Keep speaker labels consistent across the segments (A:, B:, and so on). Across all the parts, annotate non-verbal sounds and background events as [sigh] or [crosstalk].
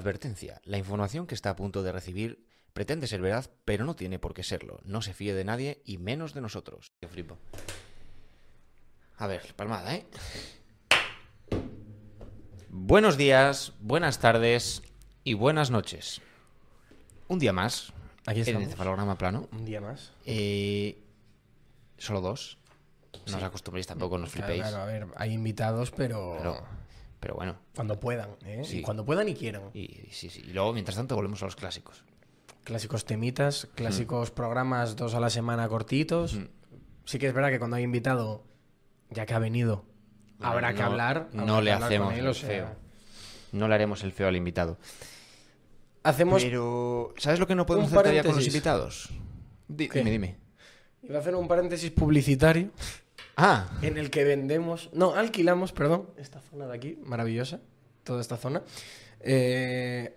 A: Advertencia. La información que está a punto de recibir pretende ser verdad, pero no tiene por qué serlo. No se fíe de nadie y menos de nosotros. Qué flipo. A ver, palmada, ¿eh? Buenos días, buenas tardes y buenas noches. Un día más
B: Aquí
A: en
B: estamos.
A: Encefalograma Plano.
B: Un día más.
A: Eh, solo dos. No os acostumbréis tampoco, no os
B: Claro,
A: flipéis.
B: claro, a ver, hay invitados, pero
A: Pero, pero bueno.
B: cuando puedan, ¿eh?
A: Sí.
B: Y Cuando puedan y quieran.
A: Y, y sí, sí. y luego, mientras tanto, volvemos a los clásicos.
B: Clásicos temitas, clásicos programas dos a la semana cortitos. Sí que es verdad que cuando hay invitado, ya que ha venido,
A: Bueno,
B: habrá que
A: no-
B: hablar.
A: no
B: habrá que
A: le
B: hablar
A: hacemos
B: con él,
A: el
B: o sea,
A: feo. No le haremos el feo al invitado.
B: Hacemos...
A: Pero, ¿sabes lo que no podemos
B: un
A: hacer todavía con los
B: paréntesis.
A: invitados? Di-
B: ¿Qué?
A: Dime, dime.
B: Iba a hacer un paréntesis publicitario
A: Ah,
B: en el que vendemos... No, alquilamos, perdón, esta zona de aquí, maravillosa, toda esta zona. Eh,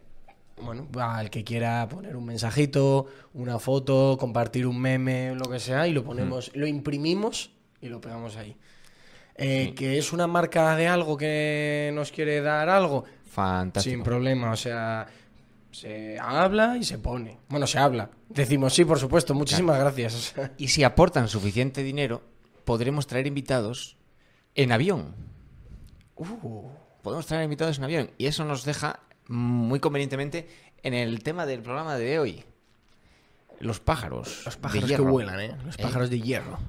B: bueno, al que quiera poner un mensajito, una foto, compartir un meme, lo que sea, y lo ponemos, lo imprimimos y lo pegamos ahí. Eh, Que es una marca de algo que nos quiere dar algo,
A: fantástico.
B: sin problema, o sea, se habla y se pone. Bueno, se habla. Decimos, sí, por supuesto, muchísimas gracias. [laughs] o sea.
A: Y si aportan suficiente dinero, podremos traer invitados en avión.
B: Uh,
A: Podemos traer invitados en avión. Y eso nos deja muy convenientemente en el tema del programa de hoy. Los pájaros.
B: los
A: de
B: pájaros que
A: hierro.
B: vuelan, ¿eh? Los pájaros de hierro.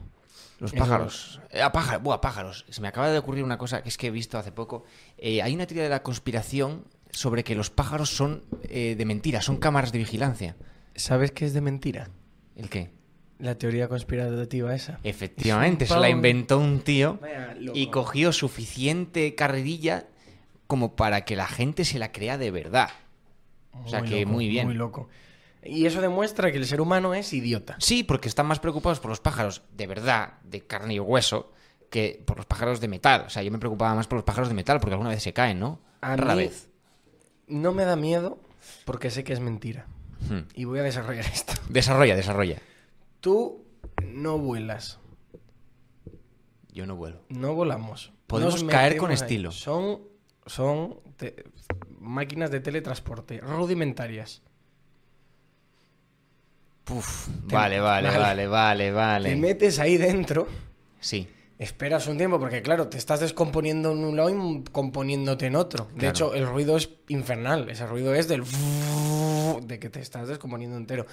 A: Los
B: Eso
A: pájaros. Eh, a pájaros. Buah, pájaros. Se me acaba de ocurrir una cosa que es que he visto hace poco. Eh, hay una teoría de la conspiración sobre que los pájaros son eh, de mentira, son cámaras de vigilancia.
B: ¿Sabes qué es de mentira?
A: ¿El qué?
B: La teoría conspirativa esa.
A: Efectivamente,
B: Es
A: se
B: un
A: la
B: pavo.
A: inventó un tío
B: Vaya loco.
A: Eh, y cogió suficiente carrerilla como para que la gente se la crea de verdad. O sea que muy bien.
B: Muy loco. Y eso demuestra que el ser humano es idiota.
A: Sí, porque están más preocupados por los pájaros de verdad, de carne y hueso, que por los pájaros de metal. O sea, yo me preocupaba más por los pájaros de metal porque alguna vez se caen, ¿no?
B: A
A: Rara
B: mí
A: vez.
B: No me da miedo porque sé que es mentira.
A: Hmm.
B: Y voy a desarrollar [laughs] esto.
A: Desarrolla, desarrolla.
B: Tú no vuelas.
A: Yo no vuelo.
B: No volamos.
A: Podemos
B: Nos
A: caer con
B: metemos
A: estilo.
B: Son, son te- máquinas de teletransporte rudimentarias.
A: Puf,
B: Te-
A: vale, vale, vale,
B: vale.
A: vale,
B: Te
A: vale.
B: metes ahí dentro,
A: Sí.
B: esperas un tiempo, porque claro, te estás descomponiendo en un lado y componiéndote en otro. De
A: Claro.
B: hecho, el ruido es infernal. Ese ruido es del [laughs] de que te estás descomponiendo entero.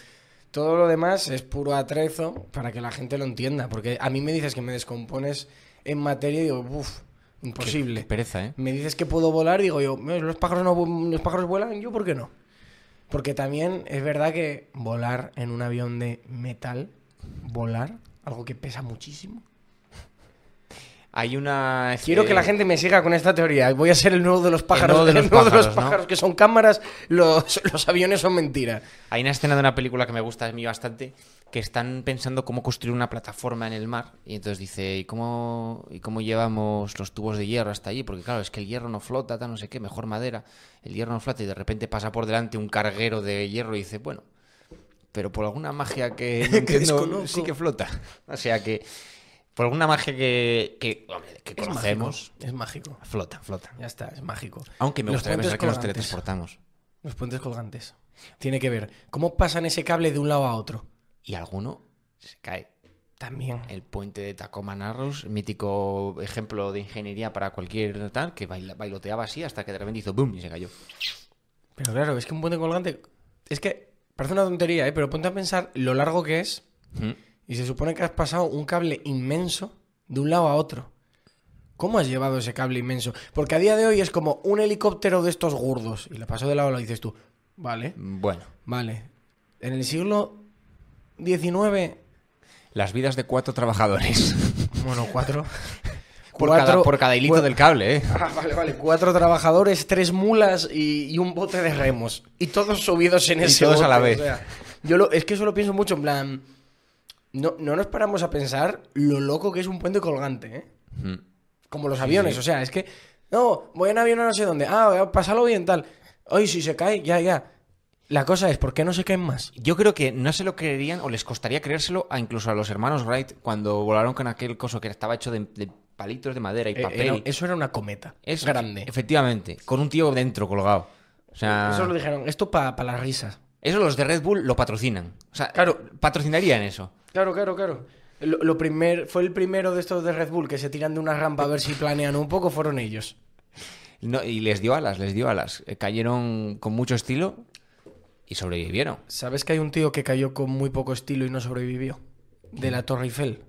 B: Todo lo demás es puro atrezo para que la gente lo entienda. Porque a mí me dices que me descompones en materia y digo, uff, imposible.
A: Qué pereza, ¿eh?
B: me dices que puedo volar, digo yo, "Eh, los pájaros no vu- los pájaros vuelan, yo por qué no. Porque también es verdad que volar en un avión de metal, volar, algo que pesa muchísimo.
A: Hay una.
B: Quiero
A: eh,
B: que la gente me siga con esta teoría. Voy a ser el nuevo de los pájaros.
A: nuevo de los pájaros, ¿no?
B: pájaros, que son cámaras, los, [laughs] los aviones son mentira.
A: Hay una escena de una película que me gusta a mí bastante, que están pensando cómo construir una plataforma en el mar. Y entonces dice, ¿y cómo, ¿y cómo llevamos los tubos de hierro hasta allí? Porque claro, es que el hierro no flota, tal, no sé qué, mejor madera. El hierro no flota y de repente pasa por delante un carguero de hierro y dice, bueno, pero por alguna magia [laughs] que, no
B: Que
A: entiendo,
B: desconozco.
A: sí que flota. O sea que, por alguna magia que, que, hombre, que
B: Es mágico,
A: conocemos,
B: Es mágico.
A: flota, flota.
B: Ya está, es mágico.
A: Aunque me
B: Los
A: gustaría
B: puentes
A: pensar que nos
B: colgantes.
A: teletransportamos.
B: Los puentes colgantes. Tiene que ver. ¿Cómo pasan ese cable de un lado a otro?
A: Y alguno se cae.
B: También.
A: El puente de Tacoma Narrows, mítico ejemplo de ingeniería para cualquier tal, que baila- bailoteaba así hasta que de repente hizo boom y se cayó.
B: Pero claro, es que un puente colgante. Es que parece una tontería, ¿eh? pero ponte a pensar lo largo que es.
A: Ujú.
B: Y se supone que has pasado un cable inmenso de un lado a otro. ¿Cómo has llevado ese cable inmenso? Porque a día de hoy es como un helicóptero de estos gordos. Y le pasó de lado y lo dices tú. Vale,
A: Bueno,
B: vale. En el siglo XIX.
A: las vidas de cuatro trabajadores.
B: Bueno, cuatro.
A: [laughs] por, cada,
B: Cuatro-
A: por cada hilito
B: cua-
A: del cable, ¿eh?
B: Ah, [laughs] vale, vale. Cuatro trabajadores, tres mulas y, y un bote de remos. Y todos subidos en
A: Y
B: ese
A: todos a la
B: bote,
A: vez.
B: o sea, yo lo, es que eso lo pienso mucho, en plan. No, no nos paramos a pensar lo loco que es un puente colgante, ¿eh?
A: Ujú.
B: Como los aviones, o sea, es que. No, voy en avión a no sé dónde. Ah, pásalo bien, tal. Oye, si se cae, ya, ya. La cosa es, ¿por qué no se caen más?
A: Yo creo que no se lo creerían o les costaría creérselo a incluso a los hermanos Wright cuando volaron con aquel coso que estaba hecho de, de palitos de madera y
B: Eh,
A: papel.
B: era- eso Ah. era una cometa. Es grande.
A: Efectivamente, con un tío dentro colgado. O sea,
B: Eso lo dijeron. Esto para las risas.
A: eso los de Red Bull lo patrocinan. O sea,
B: Claro.
A: patrocinarían eso.
B: Claro, claro, claro. Lo, lo primer, fue el primero de estos de Red Bull que se tiran de una rampa a ver si planean un poco, fueron ellos.
A: No, y les dio alas, les dio alas. Eh, Cayeron con mucho estilo y sobrevivieron.
B: ¿Sabes que hay un tío que cayó con muy poco estilo y no sobrevivió? De la Torre Eiffel.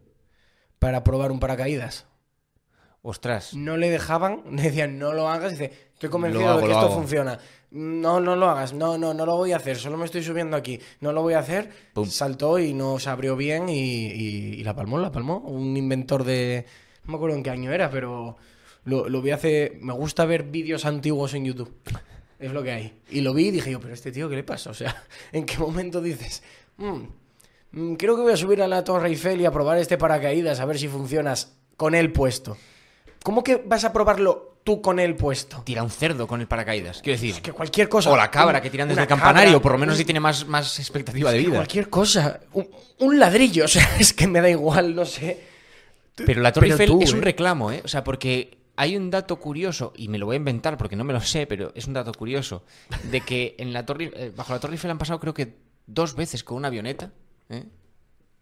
B: Para probar un paracaídas.
A: Ostras.
B: No le dejaban, [laughs] le decían, no lo hagas. Dice, estoy convencido
A: Lo hago,
B: de que
A: lo
B: esto
A: hago".
B: funciona. No, no lo hagas. No, no, no lo voy a hacer. Solo me estoy subiendo aquí. No lo voy a hacer.
A: Pum.
B: Saltó y no se abrió bien y, y- y la palmó, la palmó. Un inventor de... No me acuerdo en qué año era, pero lo, lo vi hace... Me gusta ver vídeos antiguos en YouTube. Es lo que hay. Y lo vi y dije yo, pero este tío, ¿qué le pasa? O sea, [laughs] ¿en qué momento dices? "Mm, mm, creo que voy a subir a la Torre Eiffel y a probar este paracaídas a ver si funcionas con él puesto. ¿Cómo que vas a probarlo tú con él puesto?
A: Tira un cerdo con el paracaídas. Quiero decir,
B: Que cualquier cosa.
A: o la cabra
B: un-
A: que tiran
B: una
A: desde el campanario,
B: cabra,
A: por lo menos
B: un-
A: si tiene más, más expectativa de vida.
B: Cualquier cosa. Un, un ladrillo, [laughs] o sea, es que me da igual, no sé.
A: Pero la Torre
B: Pero
A: Eiffel
B: tú,
A: es un
B: ¿eh?
A: reclamo, ¿eh? O sea, porque hay un dato curioso, y me lo voy a inventar porque no me lo sé, pero es un dato curioso, de que en la torre, eh, bajo la Torre Eiffel han pasado creo que dos veces con una avioneta, ¿eh?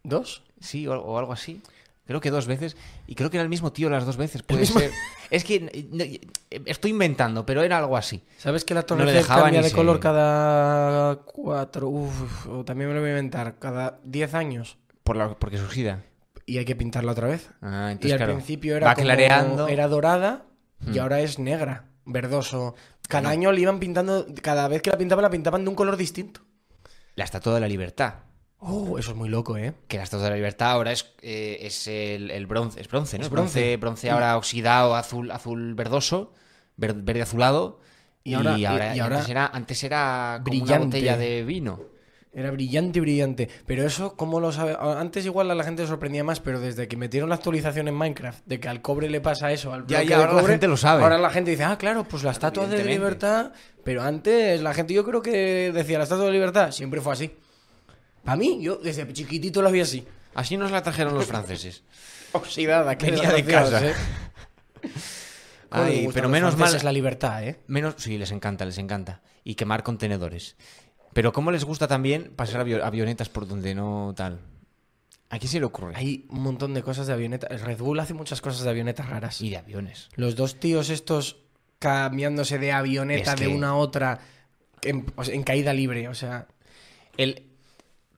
B: ¿Dos?
A: Sí, o, o algo así. Creo que dos veces. Y creo que era el mismo tío las dos veces. Puede
B: mismo-
A: ser. Es que eh, no, eh, estoy inventando, pero era algo así.
B: ¿Sabes que la
A: No
B: Torre
A: le
B: Eiffel
A: dejaban
B: cambia
A: y
B: de
A: se-
B: color cada cuatro. Uf, o también me lo voy a inventar. Cada diez años.
A: Por la, porque surgida.
B: Y hay que pintarla otra vez.
A: Ah, entonces,
B: Y al
A: claro,
B: principio era
A: va
B: como-
A: clareando. Mm.
B: era dorada y ahora es negra, verdoso. Cada año le iban pintando, cada vez que la pintaban, la pintaban de un color distinto.
A: La Estatua de la Libertad.
B: Oh, eso es muy loco, ¿eh?
A: Que la Estatua de la Libertad ahora es, eh, es el, el bronce, es bronce, ¿no?
B: Es bronce.
A: bronce. Bronce ahora oxidado, azul, azul verdoso, ver- verde azulado.
B: Y ahora- y- y
A: y
B: ahora-
A: antes era, antes era como una
B: Brillante.
A: botella de vino.
B: Era brillante y brillante. Pero eso, ¿cómo lo sabe? A- Antes igual a la gente le sorprendía más, pero desde que metieron la actualización en Minecraft, de que al cobre le pasa eso, al
A: Ya, ya,
B: bloque de
A: ahora la
B: cobre,
A: gente lo sabe.
B: Ahora la gente dice, ah, claro, pues la estatua de
A: Evidentemente.
B: libertad. Pero antes la gente yo creo que decía, la estatua de libertad siempre fue así. Para mí, yo desde chiquitito la vi así.
A: Así nos la trajeron los franceses.
B: [laughs] Oxidada, que
A: Venía de
B: desgraciados,
A: casa.
B: ¿eh? Cómo les
A: Ay,
B: gustan
A: pero
B: los
A: menos mal.
B: franceses la libertad, ¿eh?
A: Menos, sí, les encanta, les encanta. Y quemar contenedores. Pero cómo les gusta también pasar avio- avionetas por donde no tal. ¿A quién se le ocurre?
B: Hay un montón de cosas de avionetas. El Red Bull hace muchas cosas de avionetas raras.
A: Y de aviones.
B: Los dos tíos estos cambiándose de avioneta
A: Es
B: de
A: que-
B: una a otra en, o sea, en caída libre, o sea,
A: El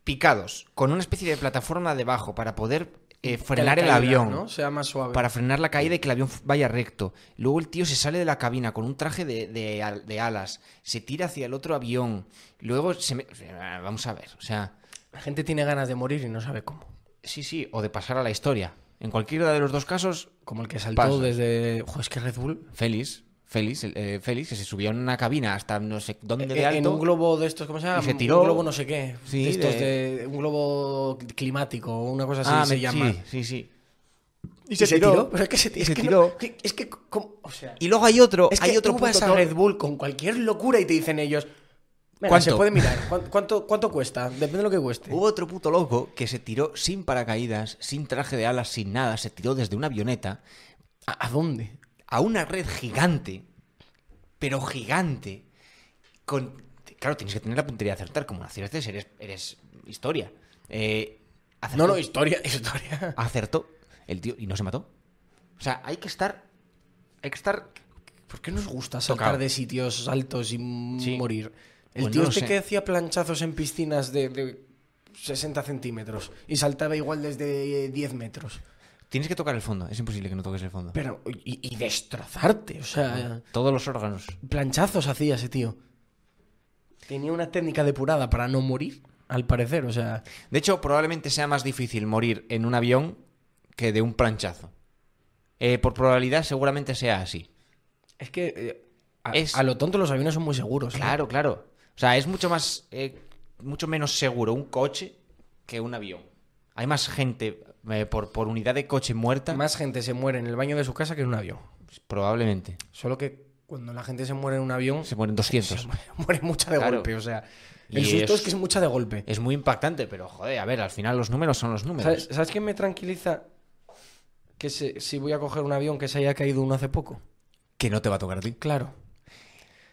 A: picados, con una especie de plataforma debajo para poder eh, frenar
B: que
A: el
B: la caída,
A: avión.
B: ¿no? sea más suave.
A: Para frenar la caída y que el avión vaya recto. Luego el tío se sale de la cabina con un traje de, de al- de alas. Se tira hacia el otro avión. Luego se... me- Vamos a ver. O sea,
B: La gente tiene ganas de morir y no sabe cómo.
A: sí, sí. O de pasar a la historia. En cualquiera de los dos casos,
B: Como el que saltó
A: Pasa.
B: desde, jo, es que Red Bull
A: Félix, Félix, el- eh, Félix, que se subió en una cabina hasta no sé dónde de
B: eh, en-
A: alto.
B: en un globo de estos, ¿cómo se llama?
A: Y se tiró.
B: Un globo no sé qué.
A: Sí,
B: de estos
A: de-
B: de... un globo climático o una cosa así
A: Ah,
B: se
A: me-
B: llama.
A: Sí, sí, sí.
B: Y
A: se tiró.
B: pero es que se, es
A: se
B: que no-
A: tiró.
B: que- es que ¿cómo? o sea,
A: Y luego hay otro,
B: Es que
A: hay otro
B: tú vas
A: punto
B: a
A: to-
B: Red Bull con cualquier locura y te dicen ellos. "Venga,
A: ¿Cuánto? Uh,
B: Se puede mirar. ¿Cuán- ¿Cuánto, cuánto, cuesta? Depende de lo que cueste.
A: Hubo otro puto loco que se tiró sin paracaídas, sin traje de alas, sin nada, se tiró desde una avioneta
B: ¿A, a dónde?
A: a una red gigante, pero gigante, con... Claro, tienes que tener la puntería de acertar, como aciertes, eres, eres historia. Eh,
B: No,
A: acertó.
B: no, historia, [laughs] historia.
A: acertó el tío y no se mató. O sea, hay que estar... Hay que estar...
B: ¿Por qué nos gusta saltar
A: Tocado.
B: de sitios altos y m-
A: Sí.
B: morir? El
A: Pues
B: tío
A: no lo
B: este
A: sé.
B: que hacía planchazos en piscinas de, de 60 centímetros y saltaba igual desde eh, 10 metros.
A: Tienes que tocar el fondo, es imposible que no toques el fondo. Ah,
B: Pero, y, y destrozarte, o sea.
A: Todos los órganos.
B: Planchazos hacía ese tío. Tenía una técnica depurada para no morir, al parecer, o sea.
A: De hecho, probablemente sea más difícil morir en un avión que de un planchazo. Eh, por probabilidad, seguramente sea así.
B: Es que eh, a,
A: Es-
B: a lo tonto los aviones son muy seguros. ¿eh?
A: Claro, claro. O sea, es mucho más, eh, mucho menos seguro un coche que un avión. Hay más gente eh, por, por unidad de coche muerta,
B: Más gente se muere en el baño de su casa que en un avión.
A: probablemente.
B: Solo que cuando la gente se muere en un avión,
A: Se
B: se
A: mueren 200.
B: muere, [laughs] muere mucha de
A: Claro.
B: golpe. O sea,
A: Y
B: el susto es...
A: es-
B: que es mucha de golpe.
A: Es muy impactante, pero joder, a ver, al final los números son los números.
B: ¿Sabes, ¿Sabes qué me tranquiliza? Que se- si voy a coger un avión que se haya caído uno hace poco.
A: Que no te va a tocar a ti.
B: Claro.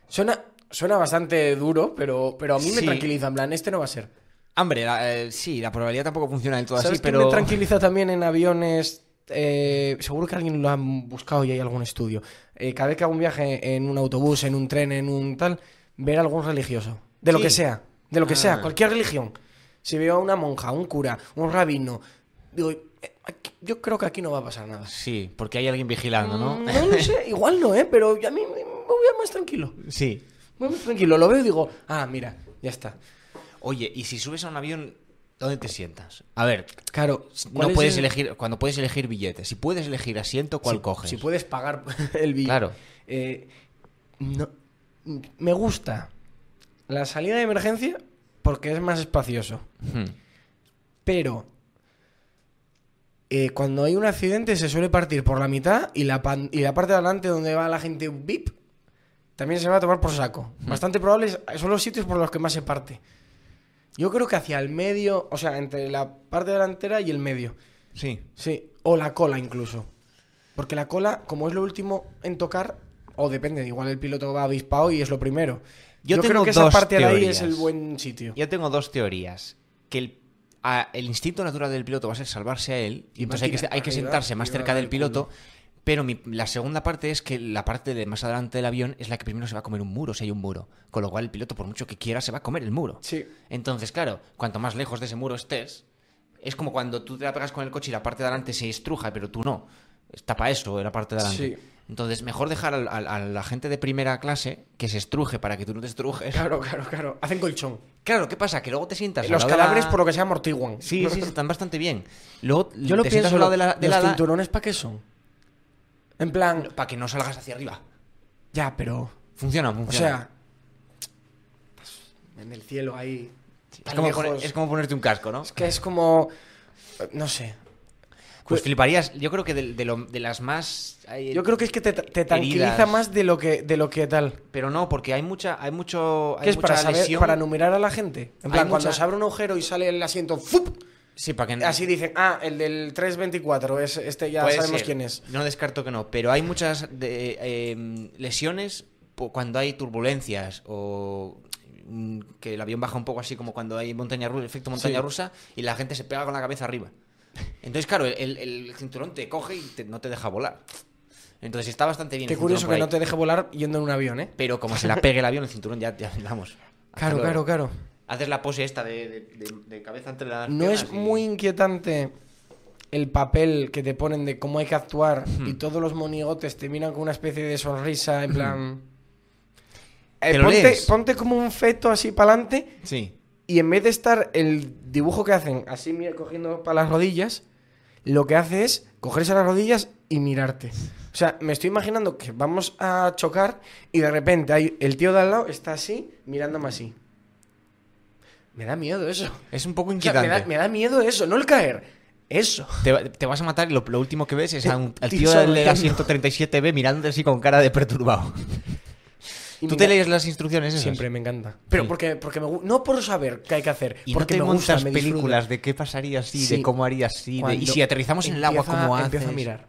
B: Suena. Suena bastante duro, pero, pero a mí me
A: Sí.
B: tranquiliza. En plan, este no va a ser.
A: Hombre, la- eh, sí, la probabilidad tampoco funciona del todo
B: ¿Sabes
A: así,
B: qué
A: pero.
B: me tranquiliza también en aviones? Eh, seguro que alguien lo ha buscado y hay algún estudio. Eh, cada vez que hago un viaje en un autobús, en un tren, en un tal, ver a algún religioso. De lo
A: Sí.
B: que sea. De lo que sea.
A: Ah.
B: Cualquier religión. Si veo a una monja, un cura, un rabino, digo, eh, aquí- yo creo que aquí no va a pasar nada.
A: Sí, porque hay alguien vigilando, ¿no?
B: Mm, No lo sé,
A: [laughs]
B: igual no, ¿eh? Pero yo a mí me me voy a más tranquilo.
A: sí.
B: Me voy más tranquilo. Lo veo y digo, ah, mira, ya está.
A: Oye, y si subes a un avión, ¿dónde te sientas? A ver,
B: Claro, ¿cuál
A: no
B: es
A: puedes
B: el-
A: elegir, cuando puedes elegir billetes, si puedes elegir asiento, ¿cuál
B: si,
A: coges?
B: Si puedes pagar [laughs] el billete.
A: Claro.
B: Eh, no, m- me gusta la salida de emergencia porque es más espacioso.
A: Hmm.
B: Pero eh, cuando hay un accidente se suele partir por la mitad y la, pan- y la parte de adelante donde va la gente VIP también se va a tomar por saco.
A: Mm.
B: Bastante probables son los sitios por los que más se parte. Yo creo que hacia el medio, o sea, entre la parte delantera y el medio.
A: Sí.
B: Sí, o la cola incluso. Porque la cola, como es lo último en tocar, o depende, igual el piloto va avispado y es lo primero.
A: Yo tengo
B: creo que esa
A: dos
B: parte de ahí
A: teorías.
B: es el buen sitio.
A: Yo tengo dos teorías. Que el, a- el instinto natural del piloto va a ser salvarse a él, y
B: Y
A: entonces
B: va a
A: hay que,
B: tirar
A: hay que
B: para arriba
A: sentarse
B: y
A: más
B: va a
A: cerca
B: dar
A: del
B: el
A: piloto. Pero mi- la segunda parte es que la parte de más adelante del avión es la que primero se va a comer un muro, si hay un muro. Con lo cual el piloto, por mucho que quiera, se va a comer el muro.
B: Sí.
A: Entonces, claro, cuanto más lejos de ese muro estés, es como cuando tú te la pegas con el coche y la parte de adelante se estruja, pero tú no. Está para eso, la parte de adelante.
B: Sí.
A: Entonces, mejor dejar al- al- a la gente de primera clase que se estruje para que tú no te estrujes.
B: Claro, claro, claro. Hacen colchón.
A: Claro, ¿qué pasa? Que luego te sientas. al
B: Los
A: lado de
B: calabres,
A: la-
B: por lo que sea, amortiguan.
A: Sí,
B: [laughs]
A: sí, están bastante bien. Luego
B: Yo lo
A: te sientas
B: pienso.
A: al lado de la, de
B: ¿Los
A: la-
B: cinturones para qué son? En plan,
A: para que no salgas hacia arriba.
B: ya, pero.
A: Funciona,
B: O
A: funciona.
B: sea. pues, En el cielo ahí.
A: es
B: tan
A: como,
B: lejos.
A: poner- es como ponerte un casco, ¿no?
B: Es que es como. No sé.
A: Pues fliparías. Yo creo que de, de lo- de las más. eh, hay-
B: Yo creo que es que te, te tranquiliza
A: Heridas.
B: más de lo que, de lo que tal.
A: Pero no, porque hay mucha, hay mucho, hay
B: ¿Qué es
A: mucha
B: para saber,
A: lesión.
B: para enumerar a la gente? En
A: Hay
B: plan, cuando
A: mucha-
B: se abre un agujero y sale el asiento, ¡fup!
A: Sí, para que
B: Así dicen, ah, el del 324, es, este ya
A: puede
B: sabemos
A: ser.
B: quién es.
A: No descarto que no, pero hay muchas de- eh, lesiones po- cuando hay turbulencias o mm, que el avión baja un poco así como cuando hay montaña rusa, efecto montaña
B: Sí.
A: rusa y la gente se pega con la cabeza arriba. Entonces, claro, el, el cinturón te coge y te- no te deja volar. Entonces está bastante bien.
B: Qué
A: el cinturón
B: curioso
A: por
B: que no
A: ahí.
B: te deje volar yendo en un avión, ¿eh?
A: Pero como se la pegue el avión, el cinturón ya, ya vamos. hasta
B: Claro,
A: luego.
B: claro, claro.
A: Haces la pose esta de, de- de- de cabeza entre las
B: ¿No es
A: piernas y-
B: muy inquietante el papel que te ponen de cómo hay que actuar
A: Hmm.
B: y todos los monigotes te miran con una especie de sonrisa, en plan... Eh,
A: ¿Te lo
B: ponte,
A: lees?
B: ponte como un feto así para adelante
A: Sí.
B: Y en vez de estar el dibujo que hacen, así mira, cogiendo para las rodillas, lo que hace es cogerse las rodillas y mirarte. O sea, me estoy imaginando que vamos a chocar y de repente hay, el tío de al lado está así, mirándome así. Me da miedo eso.
A: Es un poco
B: O sea,
A: inquietante.
B: me, da, me da miedo eso, no el caer. Eso.
A: Te, va- te vas a matar y lo, lo último que ves es a un- al
B: [laughs] Te
A: tío del
B: sonriendo.
A: 137B mirándote así con cara de perturbado.
B: Y
A: ¿Tú
B: mira-
A: te lees las instrucciones esas?
B: Siempre me encanta. Pero
A: Sí.
B: porque, porque me gu- no por saber qué hay que hacer,
A: ¿Y no
B: porque
A: te
B: me gusta,
A: montas
B: me disfruta.
A: películas de qué pasaría así, de
B: Sí.
A: cómo harías así, de, y
B: Cuando
A: si aterrizamos en el agua,
B: empieza-
A: cómo haces?
B: Empiezo a mirar.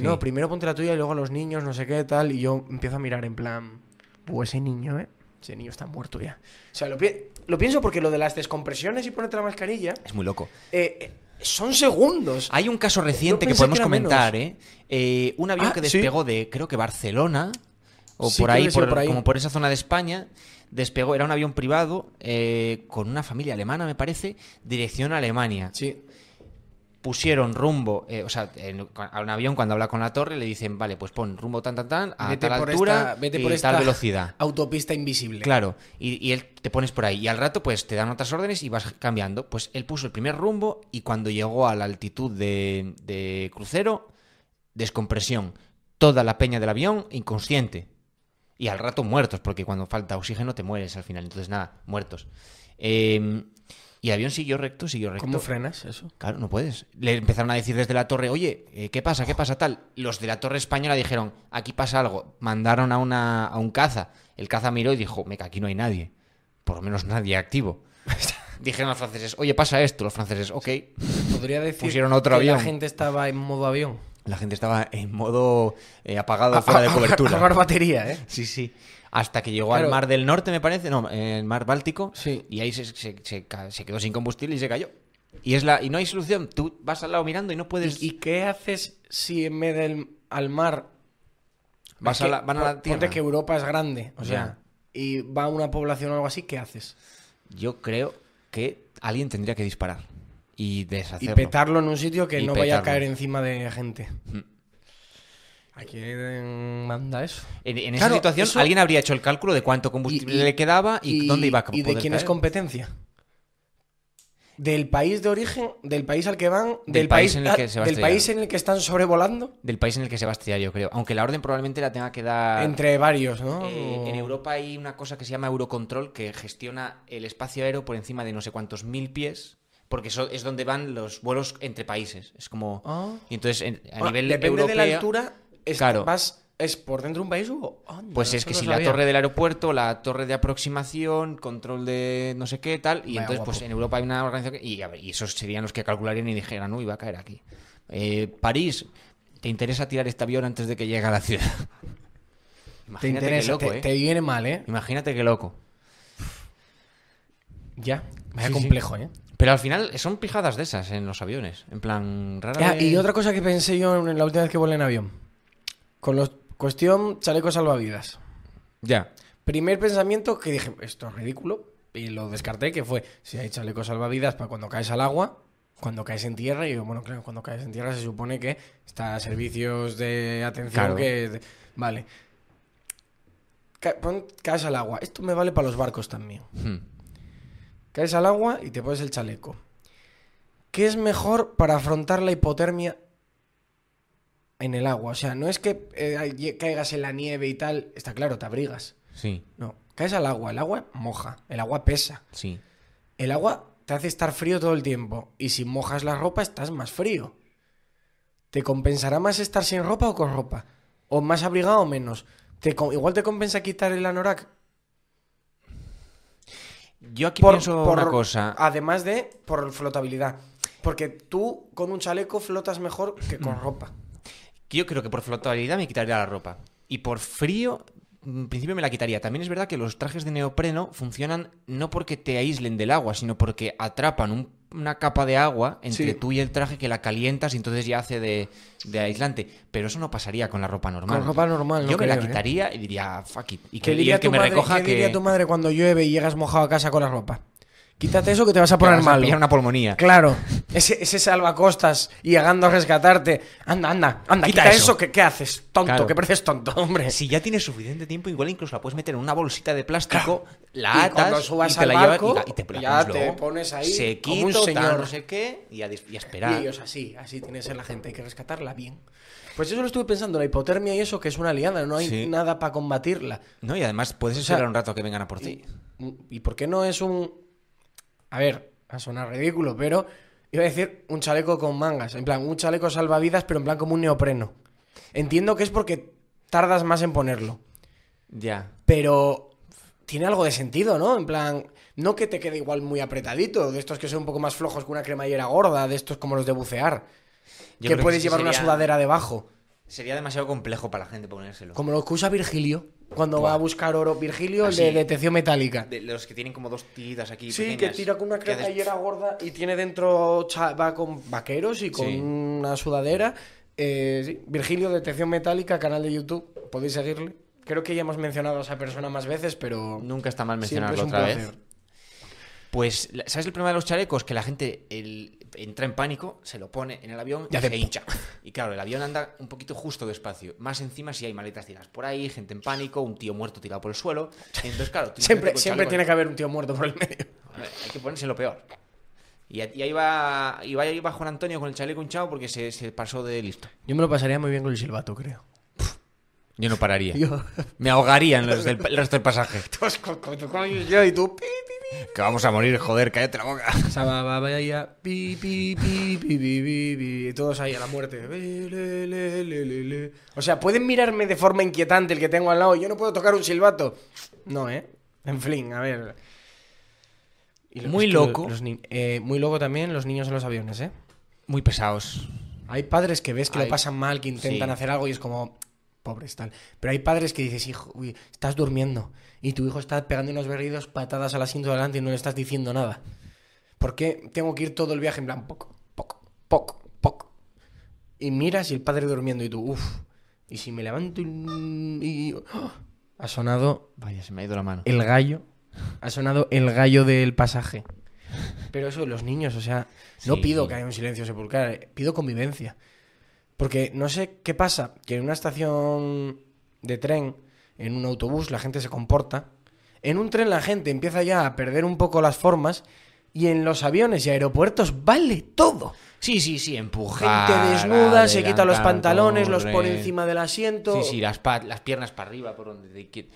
A: Sí.
B: No, primero ponte la tuya y luego a los niños, no sé qué, tal. Y yo empiezo a mirar en plan, pues ese niño, ¿eh? Ese niño está muerto ya. O sea, lo, pi- lo pienso porque lo de las descompresiones y ponerte la mascarilla
A: Es muy loco.
B: eh, eh, son segundos.
A: Hay un caso reciente que
B: pensé
A: podemos
B: que era
A: comentar, ¿eh? Eh, Un avión
B: Ah,
A: que
B: sí.
A: despegó de, creo que Barcelona, o
B: Sí,
A: por,
B: creo
A: ahí,
B: que sí, o
A: por-
B: por ahí.
A: como por esa zona de España, despegó, era un avión privado eh, con una familia alemana, me parece, dirección a Alemania.
B: Sí.
A: pusieron rumbo, eh, o sea, en- a un avión cuando habla con la torre le dicen, vale, pues pon rumbo tan tan tan a tal altura
B: esta- vete
A: y
B: por esta
A: tal
B: [laughs]
A: velocidad.
B: Autopista invisible.
A: Claro, y, y él te pones por ahí y al rato pues te dan otras órdenes y vas cambiando. Pues él puso el primer rumbo y cuando llegó a la altitud de, de crucero, descompresión. Toda la peña del avión inconsciente. Y al rato muertos, porque cuando falta oxígeno te mueres al final. Entonces nada, muertos. Eh, y el avión siguió recto, siguió recto.
B: ¿Cómo frenas eso?
A: Claro, no puedes. Le empezaron a decir desde la torre, oye, eh, ¿qué pasa? ¿Qué pasa tal? Los de la torre española dijeron, aquí pasa algo. Mandaron a, una, a un caza. El caza miró y dijo, meca, aquí no hay nadie. Por lo menos nadie
B: [laughs]
A: activo. dijeron los franceses, oye, pasa esto. Los franceses, ok.
B: Podría decir
A: Pusieron otro
B: que
A: avión.
B: la gente estaba en modo avión. Ah,
A: La gente estaba en modo eh, apagado, fuera de
B: [laughs] Ahorrar
A: cobertura.
B: batería, ¿eh?
A: Sí, sí. hasta que llegó al
B: Claro.
A: mar del norte, me parece, no, el mar Báltico,
B: Sí.
A: y ahí se, se- se ca- se quedó sin combustible y se cayó. Y, es la, y no hay solución. Tú vas al lado mirando y no puedes.
B: ¿Y qué haces si en vez del al mar
A: vas
B: Es
A: a
B: que
A: la, van a
B: pon-
A: la tierra.
B: Ponte que Europa es grande, o
A: Ya.
B: sea, y va una población o algo así, ¿qué haces?
A: Yo creo que alguien tendría que disparar y
B: Y
A: deshacerlo.
B: petarlo en un sitio que
A: Y
B: no vaya
A: petarlo.
B: a
A: Mm.
B: caer encima de gente. ¿A quién manda eso?
A: En, en
B: Claro,
A: esa situación,
B: eso-
A: alguien habría hecho el cálculo de cuánto combustible
B: Y- y-
A: le quedaba y, dónde iba a
B: ¿Y de
A: poder
B: quién es
A: caer.
B: competencia? ¿Del país de origen? ¿Del país al que van?
A: Del país en el que se va a
B: ¿Del
A: estrellar.
B: país en el que están sobrevolando?
A: Del país en el que se va a estrellar, yo creo. Aunque la orden probablemente la tenga que dar.
B: Entre Oh. varios, ¿no?
A: Eh, en
B: O-
A: Europa hay una cosa que se llama Eurocontrol que gestiona el espacio aéreo por encima de no sé cuántos mil pies, porque eso es donde van los vuelos entre países. Es como.
B: Ah.
A: Y entonces, en- a
B: Bueno,
A: nivel
B: depende
A: europeo.
B: de la altura, es,
A: Claro.
B: vas, ¿es por dentro de un país o...? Anda,
A: Pues es
B: eso
A: que
B: no
A: si la
B: sabía.
A: torre del aeropuerto, la torre de aproximación, control de no sé qué, tal, y
B: Vaya
A: entonces
B: guapo.
A: pues en Europa hay una organización que- y, a ver, y esos serían los que calcularían y dijeran, uy, va a caer aquí. Eh, París, ¿te interesa tirar este avión antes de que llegue a la ciudad? [laughs]
B: Te
A: Imagínate qué
B: interesa,
A: loco,
B: te,
A: ¿eh?
B: te viene mal, ¿eh?
A: Imagínate qué loco.
B: Ya, vaya
A: Mm. Sí, sí.
B: complejo, ¿eh?
A: Pero al final son pijadas de esas en los aviones. En plan, rara.
B: Ya,
A: vez-
B: y otra cosa que pensé yo en la última vez que volé en avión. Con los cuestión chalecos salvavidas.
A: Ya.
B: Primer pensamiento que dije, esto es ridículo, y lo descarté, que fue, si hay chalecos salvavidas para cuando caes al agua, cuando caes en tierra, y yo, bueno, claro, cuando caes en tierra se supone que está a servicios de atención
A: Claro.
B: que... Vale. Ca- pon- caes al agua. Esto me vale para los barcos también.
A: Hmm.
B: Caes al agua y te pones el chaleco. ¿Qué es mejor para afrontar la hipotermia en el agua? O sea, no es que eh, ay- caigas en la nieve y tal, está claro, te abrigas.
A: Sí,
B: No, caes al agua, el agua moja, el agua pesa.
A: sí.
B: El agua te hace estar frío todo el tiempo y si mojas la ropa estás más frío. ¿Te compensará más estar sin ropa o con ropa? ¿O más abrigado o menos? ¿Te co- igual te compensa quitar el anorak
A: Yo aquí pienso una cosa.
B: Además de por flotabilidad. Porque tú con un chaleco flotas mejor que
A: Mm.
B: con ropa.
A: que Yo creo que por flotabilidad me quitaría la ropa. Y por frío, en principio me la quitaría. También es verdad que los trajes de neopreno funcionan no porque te aíslen del agua, sino porque atrapan un- una capa de agua entre
B: Sí.
A: tú y el traje que la calientas y entonces ya hace de, de aislante. Pero eso no pasaría con la ropa normal.
B: Con ropa normal, no
A: Yo me la
B: creo, ¿eh?
A: quitaría y diría, "Ah, fuck it. Y que,
B: ¿Qué
A: y
B: diría
A: el que
B: tu
A: me
B: madre-
A: recoja
B: qué
A: que.
B: diría tu madre cuando llueve y llegas mojado a casa con la ropa? Quítate eso que te vas a
A: que
B: poner
A: vas a
B: malo.
A: pillar una pulmonía.
B: Claro, ese, ese salvacostas llegando a rescatarte. Anda, anda, anda,
A: Quita
B: quita,
A: eso.
B: eso. que, ¿qué haces? Tonto,
A: Claro.
B: que pareces tonto, hombre.
A: Si ya tienes suficiente tiempo, igual incluso la puedes meter en una bolsita de plástico, la
B: Y cuando
A: atas
B: subas
A: y te
B: al
A: la
B: barco,
A: llevas y, la- y te la
B: ya
A: pones
B: te
A: luego.
B: pones ahí
A: Se
B: como un
A: quita,
B: señor.
A: no sé qué, y a, dis- y a
B: Y
A: esperar.
B: ellos así, así tiene que ser la gente, hay que rescatarla bien. Pues eso lo estuve pensando, la hipotermia y eso, que es una liada, no hay
A: Sí.
B: nada para combatirla.
A: No, y además puedes
B: sea,
A: esperar un rato a que vengan a por ti.
B: ¿Y por qué no es un... A ver, a sonar ridículo, pero iba a decir un chaleco con mangas, en plan, un chaleco salvavidas, pero en plan como un neopreno. Entiendo que es porque tardas más en ponerlo,
A: Ya.
B: pero tiene algo de sentido, ¿no? En plan, no que te quede igual muy apretadito, de estos que son un poco más flojos que una cremallera gorda, de estos como los de bucear,
A: Yo creo
B: que puedes
A: sí
B: llevar una
A: sería-
B: sudadera debajo.
A: Sería demasiado complejo para la gente ponérselo.
B: Como lo que usa Virgilio cuando va a buscar oro. Virgilio, el
A: Así.
B: de detección metálica.
A: De los que tienen como dos tiritas aquí.
B: Sí, que
A: pequeñas,
B: tira con una
A: que haces-
B: cremallera gorda y tiene dentro. cha- Va con vaqueros y con
A: Sí.
B: una sudadera. Eh, sí, Virgilio, detección metálica, canal de YouTube. Podéis seguirle. Creo que ya hemos mencionado a esa persona más veces, pero.
A: Nunca está mal
B: siempre
A: mencionarlo otra vez. Pues, la- ¿sabes el problema de los chalecos? Que la gente el- entra en pánico, se lo pone en el avión y
B: hace
A: se hincha. Y claro, el avión anda un poquito justo despacio. Más encima si hay maletas tiradas por ahí, gente en pánico, un tío muerto tirado por el suelo. Entonces, claro, tú imagínate
B: Siempre,
A: con
B: siempre
A: chalecos-
B: tiene que haber un tío muerto por el medio.
A: A ver, Hay que ponerse lo peor. Y, a- y ahí va, y va- ahí va Juan Antonio con el chaleco hinchado porque se, se pasó de listo.
B: Yo me lo pasaría muy bien con el silbato, creo.
A: Yo no pararía.
B: [laughs] Yo.
A: Me ahogarían los del, el resto del pasaje.
B: yo y tú. pi,
A: Que vamos a morir, joder, cállate la boca.
B: O sea, va- va- vaya, pi, pi, pi, pi, pi, pi, pi, y todos ahí a la muerte. Le, le, le, le, le, le. O sea, pueden mirarme de forma inquietante el que tengo al lado. Yo no puedo tocar un silbato. No, ¿eh? En fin, a ver. Y lo-
A: Muy
B: es que
A: loco.
B: los ni- eh, muy loco también los niños en los aviones, ¿eh?
A: Muy pesados.
B: Hay padres que ves que
A: Hay-
B: lo pasan mal, que intentan
A: sí.
B: hacer algo y es como... pobres, tal. Pero hay padres que dices, hijo, uy, estás durmiendo y tu hijo está pegando unos berridos, patadas al asiento de delante y no le estás diciendo nada. ¿Por qué tengo que ir todo el viaje en plan poco, poco, poco, poco? Y miras y el padre durmiendo y tú, uff, y si me levanto y... y- ¡Ah! Ha sonado
A: Vaya, se me ha ido la mano.
B: el gallo. Ha sonado el gallo del pasaje. Pero eso, los niños, o sea, no
A: Sí,
B: pido
A: sí.
B: que haya un silencio sepulcral, eh, pido convivencia. Porque no sé qué pasa, que en una estación de tren, en un autobús, la gente se comporta. En un tren la gente empieza ya a perder un poco las formas. Y en los aviones y aeropuertos vale todo.
A: Sí, sí, sí, empuja.
B: Gente desnuda, se quita los
A: adelantar,
B: pantalones, los
A: corre.
B: pone encima del asiento.
A: Sí, sí, las, pa- las piernas para arriba, por donde te quie-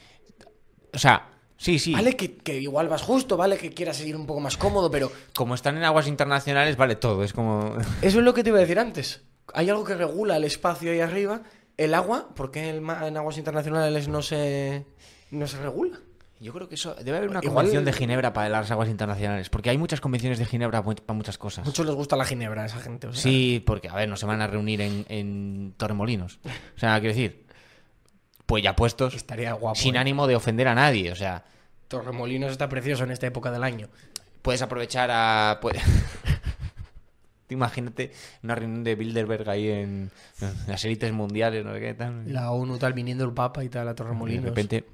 A: O sea, sí, sí.
B: Vale que, que igual vas justo, vale que quieras seguir un poco más cómodo, pero
A: Como están en aguas internacionales, vale todo. Es como.
B: Eso es lo que te iba a decir antes. Hay algo que regula el espacio ahí arriba. El agua, ¿por qué el ma- en aguas internacionales no se, no se regula?
A: [laughs] Yo creo que eso. Debe haber una
B: Igual-
A: convención de Ginebra para las aguas internacionales. Porque hay muchas convenciones de Ginebra mu- para muchas cosas.
B: Muchos les gusta la ginebra a esa gente. o sea.
A: Sí, porque, a ver, no se van a reunir en, en Torremolinos. O sea, quiero decir. Pues ya puestos.
B: Estaría guapo.
A: sin
B: ¿eh?
A: ánimo de ofender a nadie. O sea,
B: Torremolinos está precioso en esta época del año.
A: puedes aprovechar a. pue- Tú [laughs] Imagínate una reunión de Bilderberg ahí en en las élites mundiales, no sé qué tal.
B: La ONU tal, viniendo el Papa y tal
A: Y
B: a
A: de
B: Torremolinos.
A: repente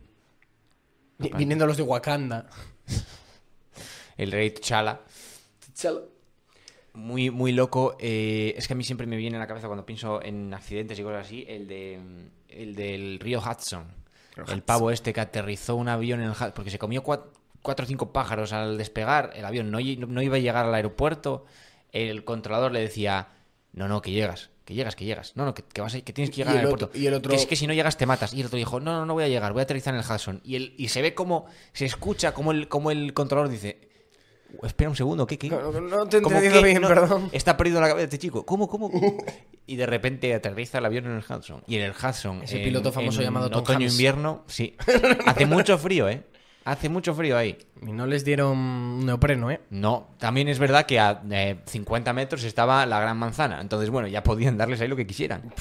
B: Vi- Viniendo los de Wakanda.
A: el rey T'Challa, muy, muy loco. eh, es que a mí siempre me viene a la cabeza cuando pienso en accidentes y cosas así, el, de, el del río Hudson. El pavo este que aterrizó un avión en el Hudson, porque se comió cuat- cuatro o cinco pájaros al despegar, el avión no, lle- no iba a llegar al aeropuerto, el controlador le decía, no, no, que llegas, que llegas, que llegas, no, no, que, que vas a- que tienes que llegar
B: Y
A: al
B: el otro-
A: aeropuerto.
B: y el otro-
A: Que es que si no llegas te matas. Y el otro dijo, no, no, no voy a llegar, voy a aterrizar en el Hudson. Y, el, y se ve como, se escucha como el, como el controlador dice... Espera un segundo, ¿qué? qué?
B: No, no, no te he
A: ¿Cómo
B: entendido
A: qué?
B: bien,
A: No,
B: perdón.
A: Está perdido la cabeza este chico. ¿Cómo, cómo? cómo? y de repente aterriza el avión en el Hudson. Y en el Hudson.
B: Ese
A: en-
B: piloto famoso
A: en
B: llamado Tom
A: Otoño
B: Hanks.
A: invierno,
B: [laughs]
A: sí. Hace mucho frío, ¿eh? Hace mucho frío ahí.
B: Y no les dieron neopreno, ¿eh?
A: No, también es verdad que a eh, 50 metros estaba la gran manzana. Entonces, bueno, ya podían darles ahí lo que quisieran.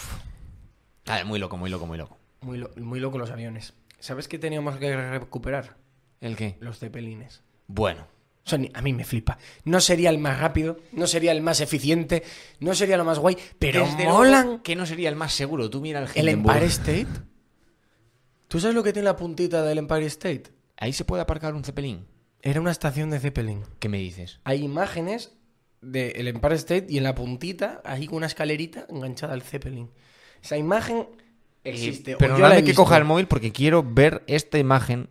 A: A ver, muy loco, muy loco, muy loco.
B: Muy, lo- muy loco los aviones. ¿Sabes qué teníamos que recuperar?
A: ¿El qué?
B: Los cepelines.
A: Bueno.
B: O sea, ni- a mí me flipa. No sería el más rápido, no sería el más eficiente, no sería lo más guay, pero
A: Desde luego
B: molan
A: Que no sería el más seguro. Tú mira el
B: el
A: Hindenburg.
B: Empire State. ¿Tú sabes lo que tiene la puntita del Empire State?
A: Ahí se puede aparcar un cepelín.
B: Era una estación de Zeppelin.
A: ¿Qué me dices?
B: Hay imágenes del Empire State y en la puntita, ahí con una escalerita enganchada al Zeppelin. Esa imagen Eh, existe. o yo la he
A: Perdóname Eh, que
B: visto.
A: coja el móvil porque quiero ver esta imagen.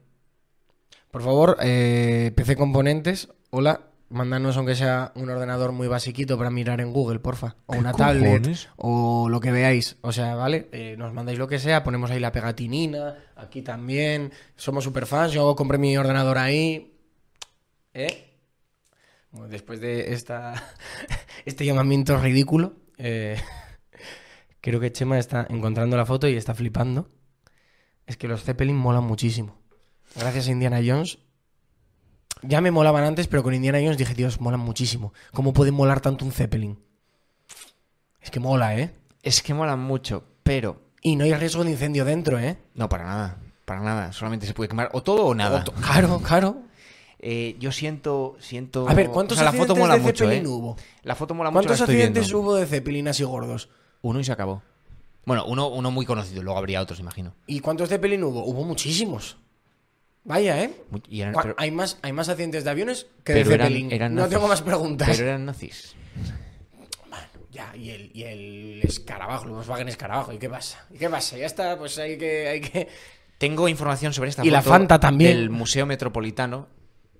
B: Por favor, eh, PC Componentes, hola, mándanos aunque sea un ordenador muy basiquito para mirar en Google, porfa. O
A: ¿Qué
B: una tablet,
A: cojones?
B: o lo que veáis. O sea, ¿vale? Eh, nos mandáis lo que sea, ponemos ahí la pegatinina, aquí también. Somos superfans, yo compré mi ordenador ahí. ¿Eh? Bueno, después de esta, [laughs] este llamamiento ridículo, eh, [laughs] creo que Chema está encontrando la foto y está flipando. Es que los Zeppelin molan muchísimo. Gracias a Indiana Jones. Ya me molaban antes, pero con Indiana Jones dije, Dios, molan muchísimo. ¿Cómo puede molar tanto un Zeppelin? Es que mola, ¿eh?
A: Es que mola mucho, pero
B: Y no hay riesgo de incendio dentro, ¿eh?
A: no para nada, para nada. Solamente se puede quemar o todo o nada.
B: Otro- Claro, claro.
A: Eh, yo siento, siento.
B: A ver, ¿cuántos
A: o sea, la foto
B: accidentes
A: mola
B: de
A: mucho,
B: Zeppelin
A: eh.
B: hubo?
A: La foto mola mucho. la
B: ¿Cuántos
A: estoy
B: accidentes
A: viendo.
B: hubo de Zeppelin así gordos?
A: Uno y se acabó. Bueno, uno, uno muy conocido. Luego habría otros, imagino.
B: ¿Y cuántos Zeppelin hubo? Hubo muchísimos. Vaya, ¿eh?
A: Mu- y eran-
B: Cua-
A: pero,
B: hay, más, hay más accidentes de aviones que de
A: pero eran,
B: Zeppelin.
A: eran
B: no
A: nazis.
B: tengo más preguntas.
A: Pero eran nazis.
B: Ya, y el, y el escarabajo, el Volkswagen escarabajo, ¿y qué pasa? ¿Y qué pasa? Ya está, pues hay que... Hay que... [laughs]
A: Tengo información sobre esta
B: Y
A: foto
B: la Fanta también.
A: del Museo Metropolitano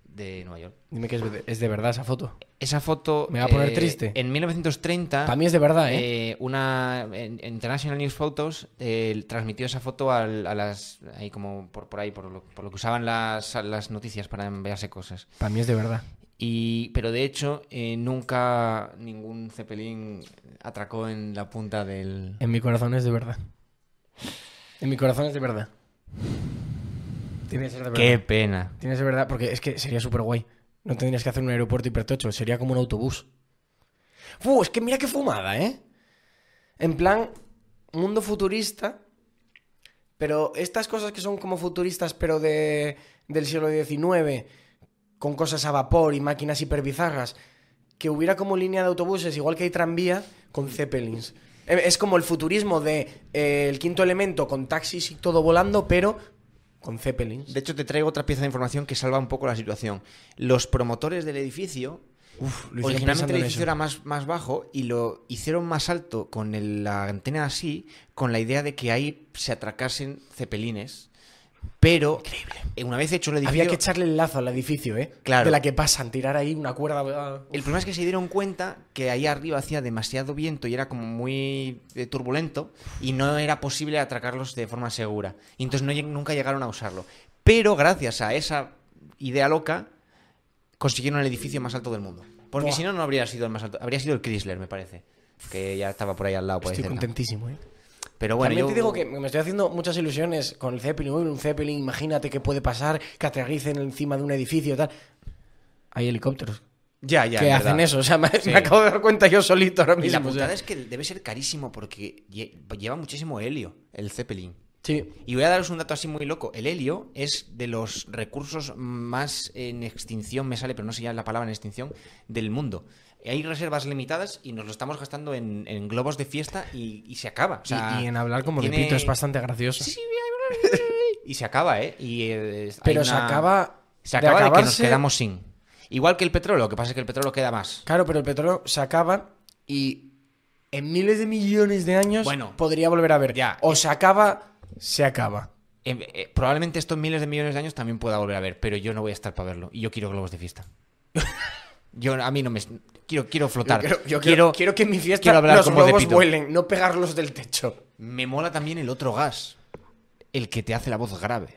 A: de Nueva York.
B: Dime que es, de- es de verdad esa foto.
A: Esa foto. eh,
B: Me va a poner triste.
A: En 1930.
B: Para mí es de verdad, ¿eh?
A: Eh, una en- en International News Photos eh, transmitió esa foto al- a las ahí como por, por ahí por lo, por lo que usaban las, las noticias para enviarse cosas
B: Para mí es de verdad.
A: y pero de hecho eh, nunca ningún cepelín atracó en la punta del
B: En mi corazón es de verdad. En mi corazón es de verdad. Tiene que ser de verdad.
A: qué pena
B: Tiene que ser verdad, porque es que sería súper guay. No tendrías que hacer un aeropuerto hipertocho, sería como un autobús. Fu, es que mira qué fumada, ¿eh? En plan, mundo futurista, Pero estas cosas que son como futuristas, pero de, del siglo XIX, con cosas a vapor y máquinas hiperbizarras, que hubiera como línea de autobuses, igual que hay tranvía, con zeppelins. Eh, Es como el futurismo de eh, el quinto elemento con taxis y todo volando, pero con zeppelins.
A: De hecho, te traigo otra pieza de información que salva un poco la situación. Los promotores del edificio,
B: Uf, lo hicieron pensando
A: originalmente el
B: en
A: edificio
B: eso.
A: era más, más bajo y lo hicieron más alto con el- la antena así, con la idea de que ahí se atracasen cepelines. Pero, eh, una vez hecho el edificio,
B: Había que echarle el lazo al edificio, ¿eh?
A: Claro.
B: De la que pasan, tirar ahí una cuerda. ah,
A: el problema es que se dieron cuenta que ahí arriba hacía demasiado viento y era como muy eh, turbulento y no era posible atracarlos de forma segura. Y entonces no, lleg- nunca llegaron a usarlo. Pero gracias a esa idea loca, consiguieron el edificio más alto del mundo. Porque
B: Buah.
A: si no, no habría sido el más alto. Habría sido el Chrysler, me parece. Que ya estaba por ahí al lado. por ahí
B: Estoy
A: cerca.
B: contentísimo, ¿eh?
A: Pero bueno,
B: También
A: yo-
B: te digo que me estoy haciendo muchas ilusiones con el Zeppelin. Uy, Un Zeppelin, imagínate qué puede pasar, que aterricen encima de un edificio y tal. Hay helicópteros
A: Ya, ya.
B: que
A: en
B: hacen
A: verdad.
B: eso. O sea, me, me
A: Sí.
B: acabo de dar cuenta yo solito ahora
A: Y
B: mismo.
A: la
B: o sea.
A: putada es que debe ser carísimo porque lle- lleva muchísimo helio, el Zeppelin.
B: Sí.
A: Y voy a daros un dato así muy loco. El helio es de los recursos más en extinción, me sale, pero no sé ya la palabra en extinción, del mundo. Hay reservas limitadas y nos lo estamos gastando en, en globos de fiesta y, y se acaba. O sea,
B: y, y en hablar como
A: tiene-
B: de pito es bastante gracioso.
A: Sí, sí, Y se acaba, ¿eh? Y, eh, es- hay
B: Pero se
A: una-
B: acaba.
A: Se acaba de, que nos
B: acabarse-
A: quedamos sin. Igual que el petróleo, lo que pasa es que el petróleo queda más.
B: Claro, pero el petróleo se acaba y en miles de millones de años
A: Bueno.
B: podría volver a ver.
A: Ya.
B: O se acaba, se acaba.
A: Eh, eh, probablemente estos miles de millones de años también pueda volver a ver, pero yo no voy a estar para verlo. Y yo quiero globos de fiesta. [laughs] Yo a mí no me quiero quiero flotar.
B: Yo quiero, yo quiero, quiero que en mi fiesta
A: quiero hablar
B: los
A: como de
B: globos
A: pito.
B: vuelen, no pegarlos del techo.
A: me mola también el otro gas, el que te hace la voz grave.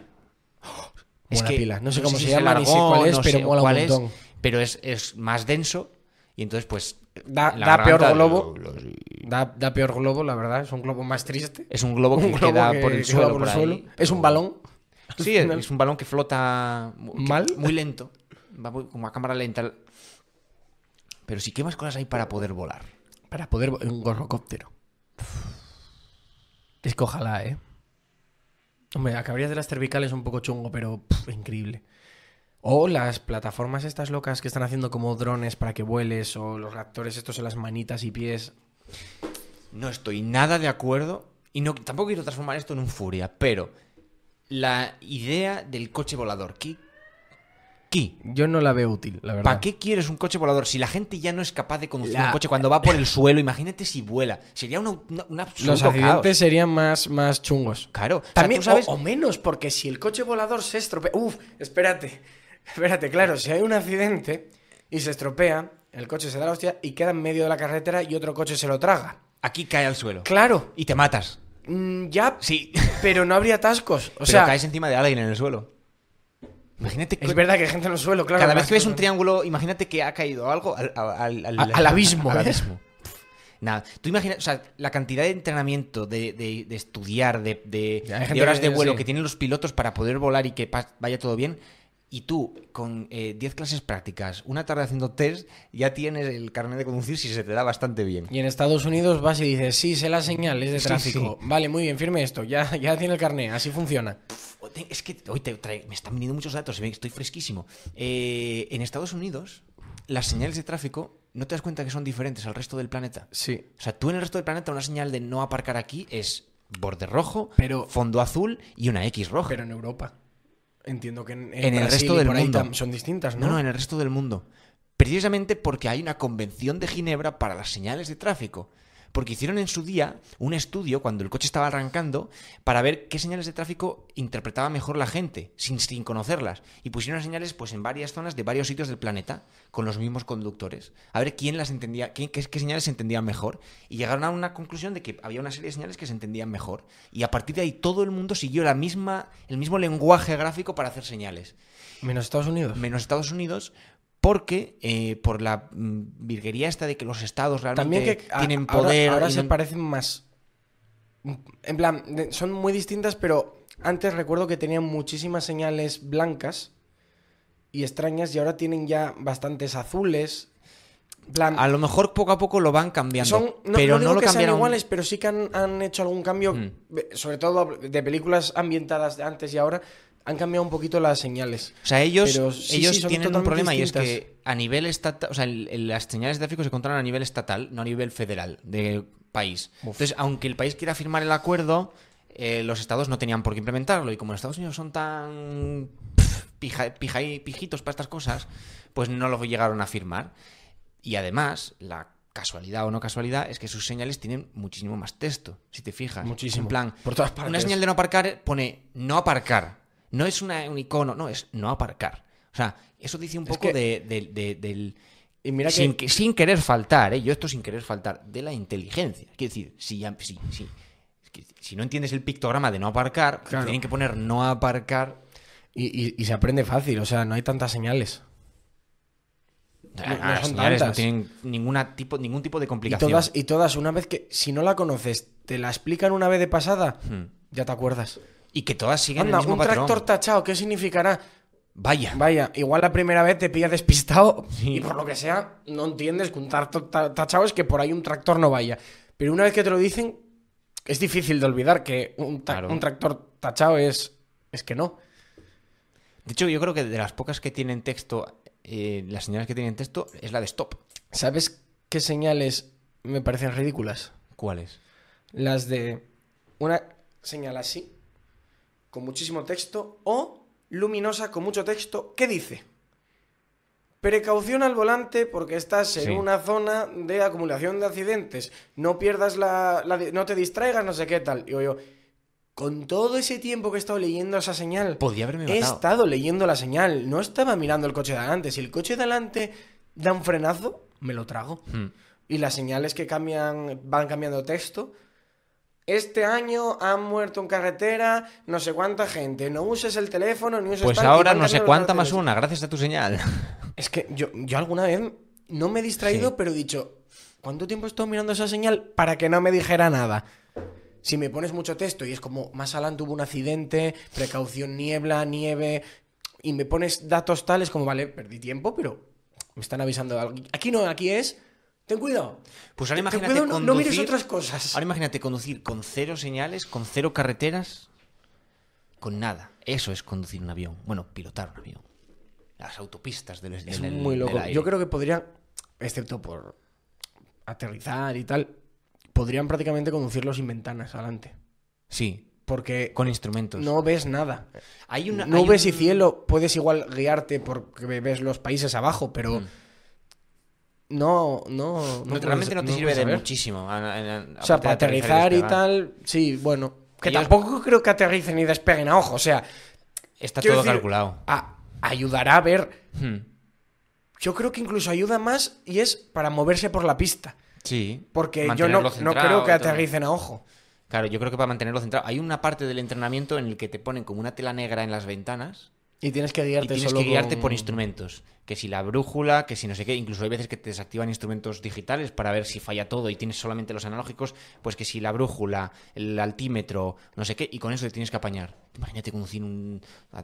B: Buena pila. No sé cómo se
A: es el
B: llama, ni sé
A: argón,
B: cuál es, pero
A: sé
B: mola un
A: cuál es,
B: montón.
A: pero es, es más denso y entonces pues
B: Da-
A: en la
B: da peor
A: garganta
B: globo.
A: lo- lo-
B: Da, da peor globo, la verdad, es un globo más triste.
A: es un globo [laughs] que
B: [laughs] Un globo
A: queda
B: que
A: por el
B: queda
A: suelo,
B: por el
A: por
B: suelo.
A: ahí,
B: Es un
A: pero-
B: balón.
A: Sí, es, es un balón que flota mu- que-
B: ¿Mal?
A: muy lento. Va muy- como a cámara lenta. Pero sí, ¿qué más cosas hay para poder volar?
B: Para poder. Un gorrocóptero. Es que ojalá, ¿eh? Hombre, acabarías de las cervicales un poco chungo, pero pff, increíble. O las plataformas estas locas que están haciendo como drones para que vueles, o los reactores estos en las manitas y pies.
A: No estoy nada de acuerdo. Y no, tampoco quiero transformar esto en un furia, pero la idea del coche volador. ¿Qué? ¿Qué?
B: Yo no la veo útil, la verdad.
A: ¿Para qué quieres un coche volador? Si la gente ya no es capaz de conducir
B: La-
A: un coche cuando va
B: [laughs]
A: por el suelo, imagínate si vuela. Sería una, una, un absoluto
B: Los accidentes
A: caos.
B: serían más, más chungos.
A: Claro. O sea,
B: También,
A: tú sabes-
B: o, o menos, porque si el coche volador se estropea. Uf, espérate. [laughs] Espérate, claro, si hay un accidente y se estropea, el coche se da la hostia y queda en medio de la carretera y otro coche se lo traga.
A: Aquí cae al suelo.
B: Claro,
A: Y te matas.
B: mm, ya,
A: Sí.
B: pero no habría atascos. O
A: O
B: sea,
A: caes encima de alguien en el suelo. Imagínate
B: es
A: co-
B: verdad que hay gente en el suelo, claro.
A: cada
B: más
A: vez que ves un
B: no-
A: triángulo, imagínate que ha caído algo al, al- al-
B: A- al abismo,
A: al
B: ¿eh?
A: abismo. Pff, Nada, tú imaginas, o sea, la cantidad de entrenamiento, de, de- de estudiar, de, de-
B: Ya, hay
A: de
B: gente
A: horas
B: que-
A: de vuelo
B: sí.
A: que tienen los pilotos para poder volar y que pas- vaya todo bien. Y tú, con eh, 10 clases prácticas, una tarde haciendo test, ya tienes el carnet de conducir si se te da bastante bien.
B: Y en Estados Unidos vas y dices, sí, sé las señales de
A: Sí,
B: tráfico. Vale, muy bien, firme esto. Ya, ya tiene el carné, así funciona.
A: O te- Es que hoy te trae- me están viniendo muchos datos, me- estoy fresquísimo. Eh, en Estados Unidos, las señales de tráfico no te das cuenta que son diferentes al resto del planeta.
B: Sí.
A: O sea, tú en el resto del planeta una señal de no aparcar aquí es borde rojo,
B: Pero-
A: fondo azul y una X roja.
B: Pero en Europa. Entiendo que en, en
A: En el
B: Brasil
A: resto
B: y
A: del
B: por ahí
A: mundo.
B: tam- son distintas, ¿no?
A: no, no, en el resto del mundo. Precisamente porque hay una convención de Ginebra para las señales de tráfico. Porque hicieron en su día un estudio cuando el coche estaba arrancando para ver qué señales de tráfico interpretaba mejor la gente, sin, sin conocerlas. Y pusieron las señales pues, en varias zonas de varios sitios del planeta, con los mismos conductores. A ver quién las entendía, quién- qué, qué señales se entendían mejor. Y llegaron a una conclusión de que había una serie de señales que se entendían mejor. Y a partir de ahí todo el mundo siguió la misma, el mismo lenguaje gráfico para hacer señales
B: Menos Estados Unidos.
A: menos Estados Unidos, porque eh, por la mm, virguería esta de que los estados realmente
B: También que a-
A: tienen
B: ahora-
A: poder.
B: Ahora,
A: y
B: se
A: no-
B: parecen más. En plan, de- son muy distintas, pero antes recuerdo que tenían muchísimas señales blancas y extrañas y ahora tienen ya bastantes azules. plan,
A: A lo mejor poco a poco lo van cambiando.
B: son, no,
A: pero no,
B: no digo
A: lo
B: que sean
A: cambiaron. Mm.
B: iguales, pero sí que han, han hecho algún cambio, be- sobre todo de películas ambientadas de antes y ahora, han cambiado un poquito las señales.
A: O sea, ellos,
B: Pero sí,
A: ellos
B: sí, son
A: tienen un
B: totalmente
A: problema y es
B: distintas.
A: que a nivel estatal, o sea, el- el- las señales de tráfico se controlan a nivel estatal, no a nivel federal del país. Entonces, aunque el país quiera firmar el acuerdo, eh, los estados no tenían por qué implementarlo. Y como los Estados Unidos son tan pf, pija- pija- pijitos para estas cosas, pues no lo llegaron a firmar. Y además, la casualidad o no casualidad es que sus señales tienen muchísimo más texto, si te fijas.
B: Muchísimo.
A: En plan,
B: Por todas partes.
A: Una señal de no aparcar pone no aparcar. No es una- un icono, no, es no aparcar. O sea, eso dice un
B: Es
A: poco
B: que-
A: de- del- de- del...
B: Y mira
A: sin,
B: que...
A: que- sin querer faltar, ¿eh? yo esto sin querer faltar, de la inteligencia. Quiero decir, si, ya- si, si, es que si no entiendes el pictograma de no aparcar,
B: Claro.
A: tienen que poner no aparcar.
B: Y, y- y se aprende fácil, o sea, no hay tantas señales.
A: Ah,
B: no
A: las
B: son
A: señales no
B: tantas.
A: tienen ninguna tipo, ningún tipo de
B: Y
A: complicación.
B: todas, y todas, una vez que, si no la conoces, te la explican una vez de pasada,
A: Hmm.
B: ya te acuerdas.
A: Y que todas siguen
B: Anda,
A: el mismo
B: un
A: patrón.
B: tractor tachado, ¿qué significará?
A: Vaya.
B: Vaya, igual la primera vez te pillas despistado
A: [laughs] Sí.
B: y por lo que sea, no entiendes que un tractor ta- tachado es que por ahí un tractor no vaya. Pero una vez que te lo dicen, es difícil de olvidar que un, ta-
A: Claro.
B: un tractor tachado es, es que no.
A: De hecho, yo creo que de las pocas que tienen texto, eh, las señales que tienen texto, es la de stop.
B: ¿Sabes qué señales me parecen ridículas?
A: ¿Cuáles?
B: Las de una señal así, con muchísimo texto, o luminosa con mucho texto, ¿qué dice? Precaución al volante porque estás en
A: Sí.
B: una zona de acumulación de accidentes. No pierdas la, la di- No te distraigas, no sé qué tal. Digo yo, con todo ese tiempo que he estado leyendo esa señal,
A: Podía haberme
B: he
A: Pues matado.
B: estado leyendo la señal. No estaba mirando el coche de adelante. Si el coche de adelante da un frenazo, me lo trago
A: Hmm.
B: y las señales que cambian van cambiando texto. Este año han muerto en carretera no sé cuánta gente. No uses el teléfono ni uses
A: Pues
B: tal, y
A: ahora
B: van
A: no sé
B: cambiando los
A: cuánta más
B: caracteres.
A: una, gracias a tu señal.
B: Es que yo, yo alguna vez no me he distraído,
A: Sí.
B: pero he dicho, ¿cuánto tiempo he estado mirando esa señal para que no me dijera nada? Si me pones mucho texto y es como, más adelante hubo un accidente, precaución, niebla, nieve, y me pones datos tales como, vale, perdí tiempo, pero me están avisando de algo. Aquí no, aquí es, ten cuidado.
A: [laughs] Pues ahora
B: Ten
A: imagínate
B: cuidado, no, no mires
A: conducir-
B: otras cosas.
A: Ahora imagínate conducir con cero señales, con cero carreteras, con nada. Eso es conducir un avión. Bueno, pilotar un avión. Las autopistas del,
B: Es
A: del-
B: muy
A: del
B: loco.
A: aire.
B: Yo creo que podrían, excepto por aterrizar y tal, podrían prácticamente conducirlos sin ventanas adelante.
A: Sí,
B: Porque
A: con instrumentos.
B: no ves nada.
A: hay una, hay
B: Nubes
A: un-
B: y cielo, puedes igual guiarte porque ves los países abajo, pero no, no,
A: no,
B: puedes-
A: Mm. realmente no te sirve
B: puedes
A: de
B: saber.
A: muchísimo. a- a- a-
B: O sea,
A: aparte
B: para
A: de
B: aterrizar y
A: despegar.
B: tal, sí, bueno. Que
A: Ellos-
B: tampoco creo que aterricen y despeguen a ojo, o sea,
A: Está
B: quiero
A: todo
B: decir,
A: calculado.
B: a- ayudará a ver
A: Hmm.
B: Yo creo que incluso ayuda más y es para moverse por la pista.
A: Sí.
B: Porque yo
A: mantenerlo
B: no, no
A: centrado
B: creo que
A: y todo.
B: aterricen a ojo.
A: Claro, yo creo que para mantenerlo centrado. Hay una parte del entrenamiento en el que te ponen como una tela negra en las ventanas
B: Y tienes que
A: y
B: guiarte
A: tienes
B: solo
A: que guiarte
B: con-
A: por instrumentos. Que si la brújula, que si no sé qué, incluso hay veces que te desactivan instrumentos digitales para ver si falla todo y tienes solamente los analógicos, pues que si la brújula, el altímetro, no sé qué, y con eso te tienes que apañar. Imagínate conducir un, a-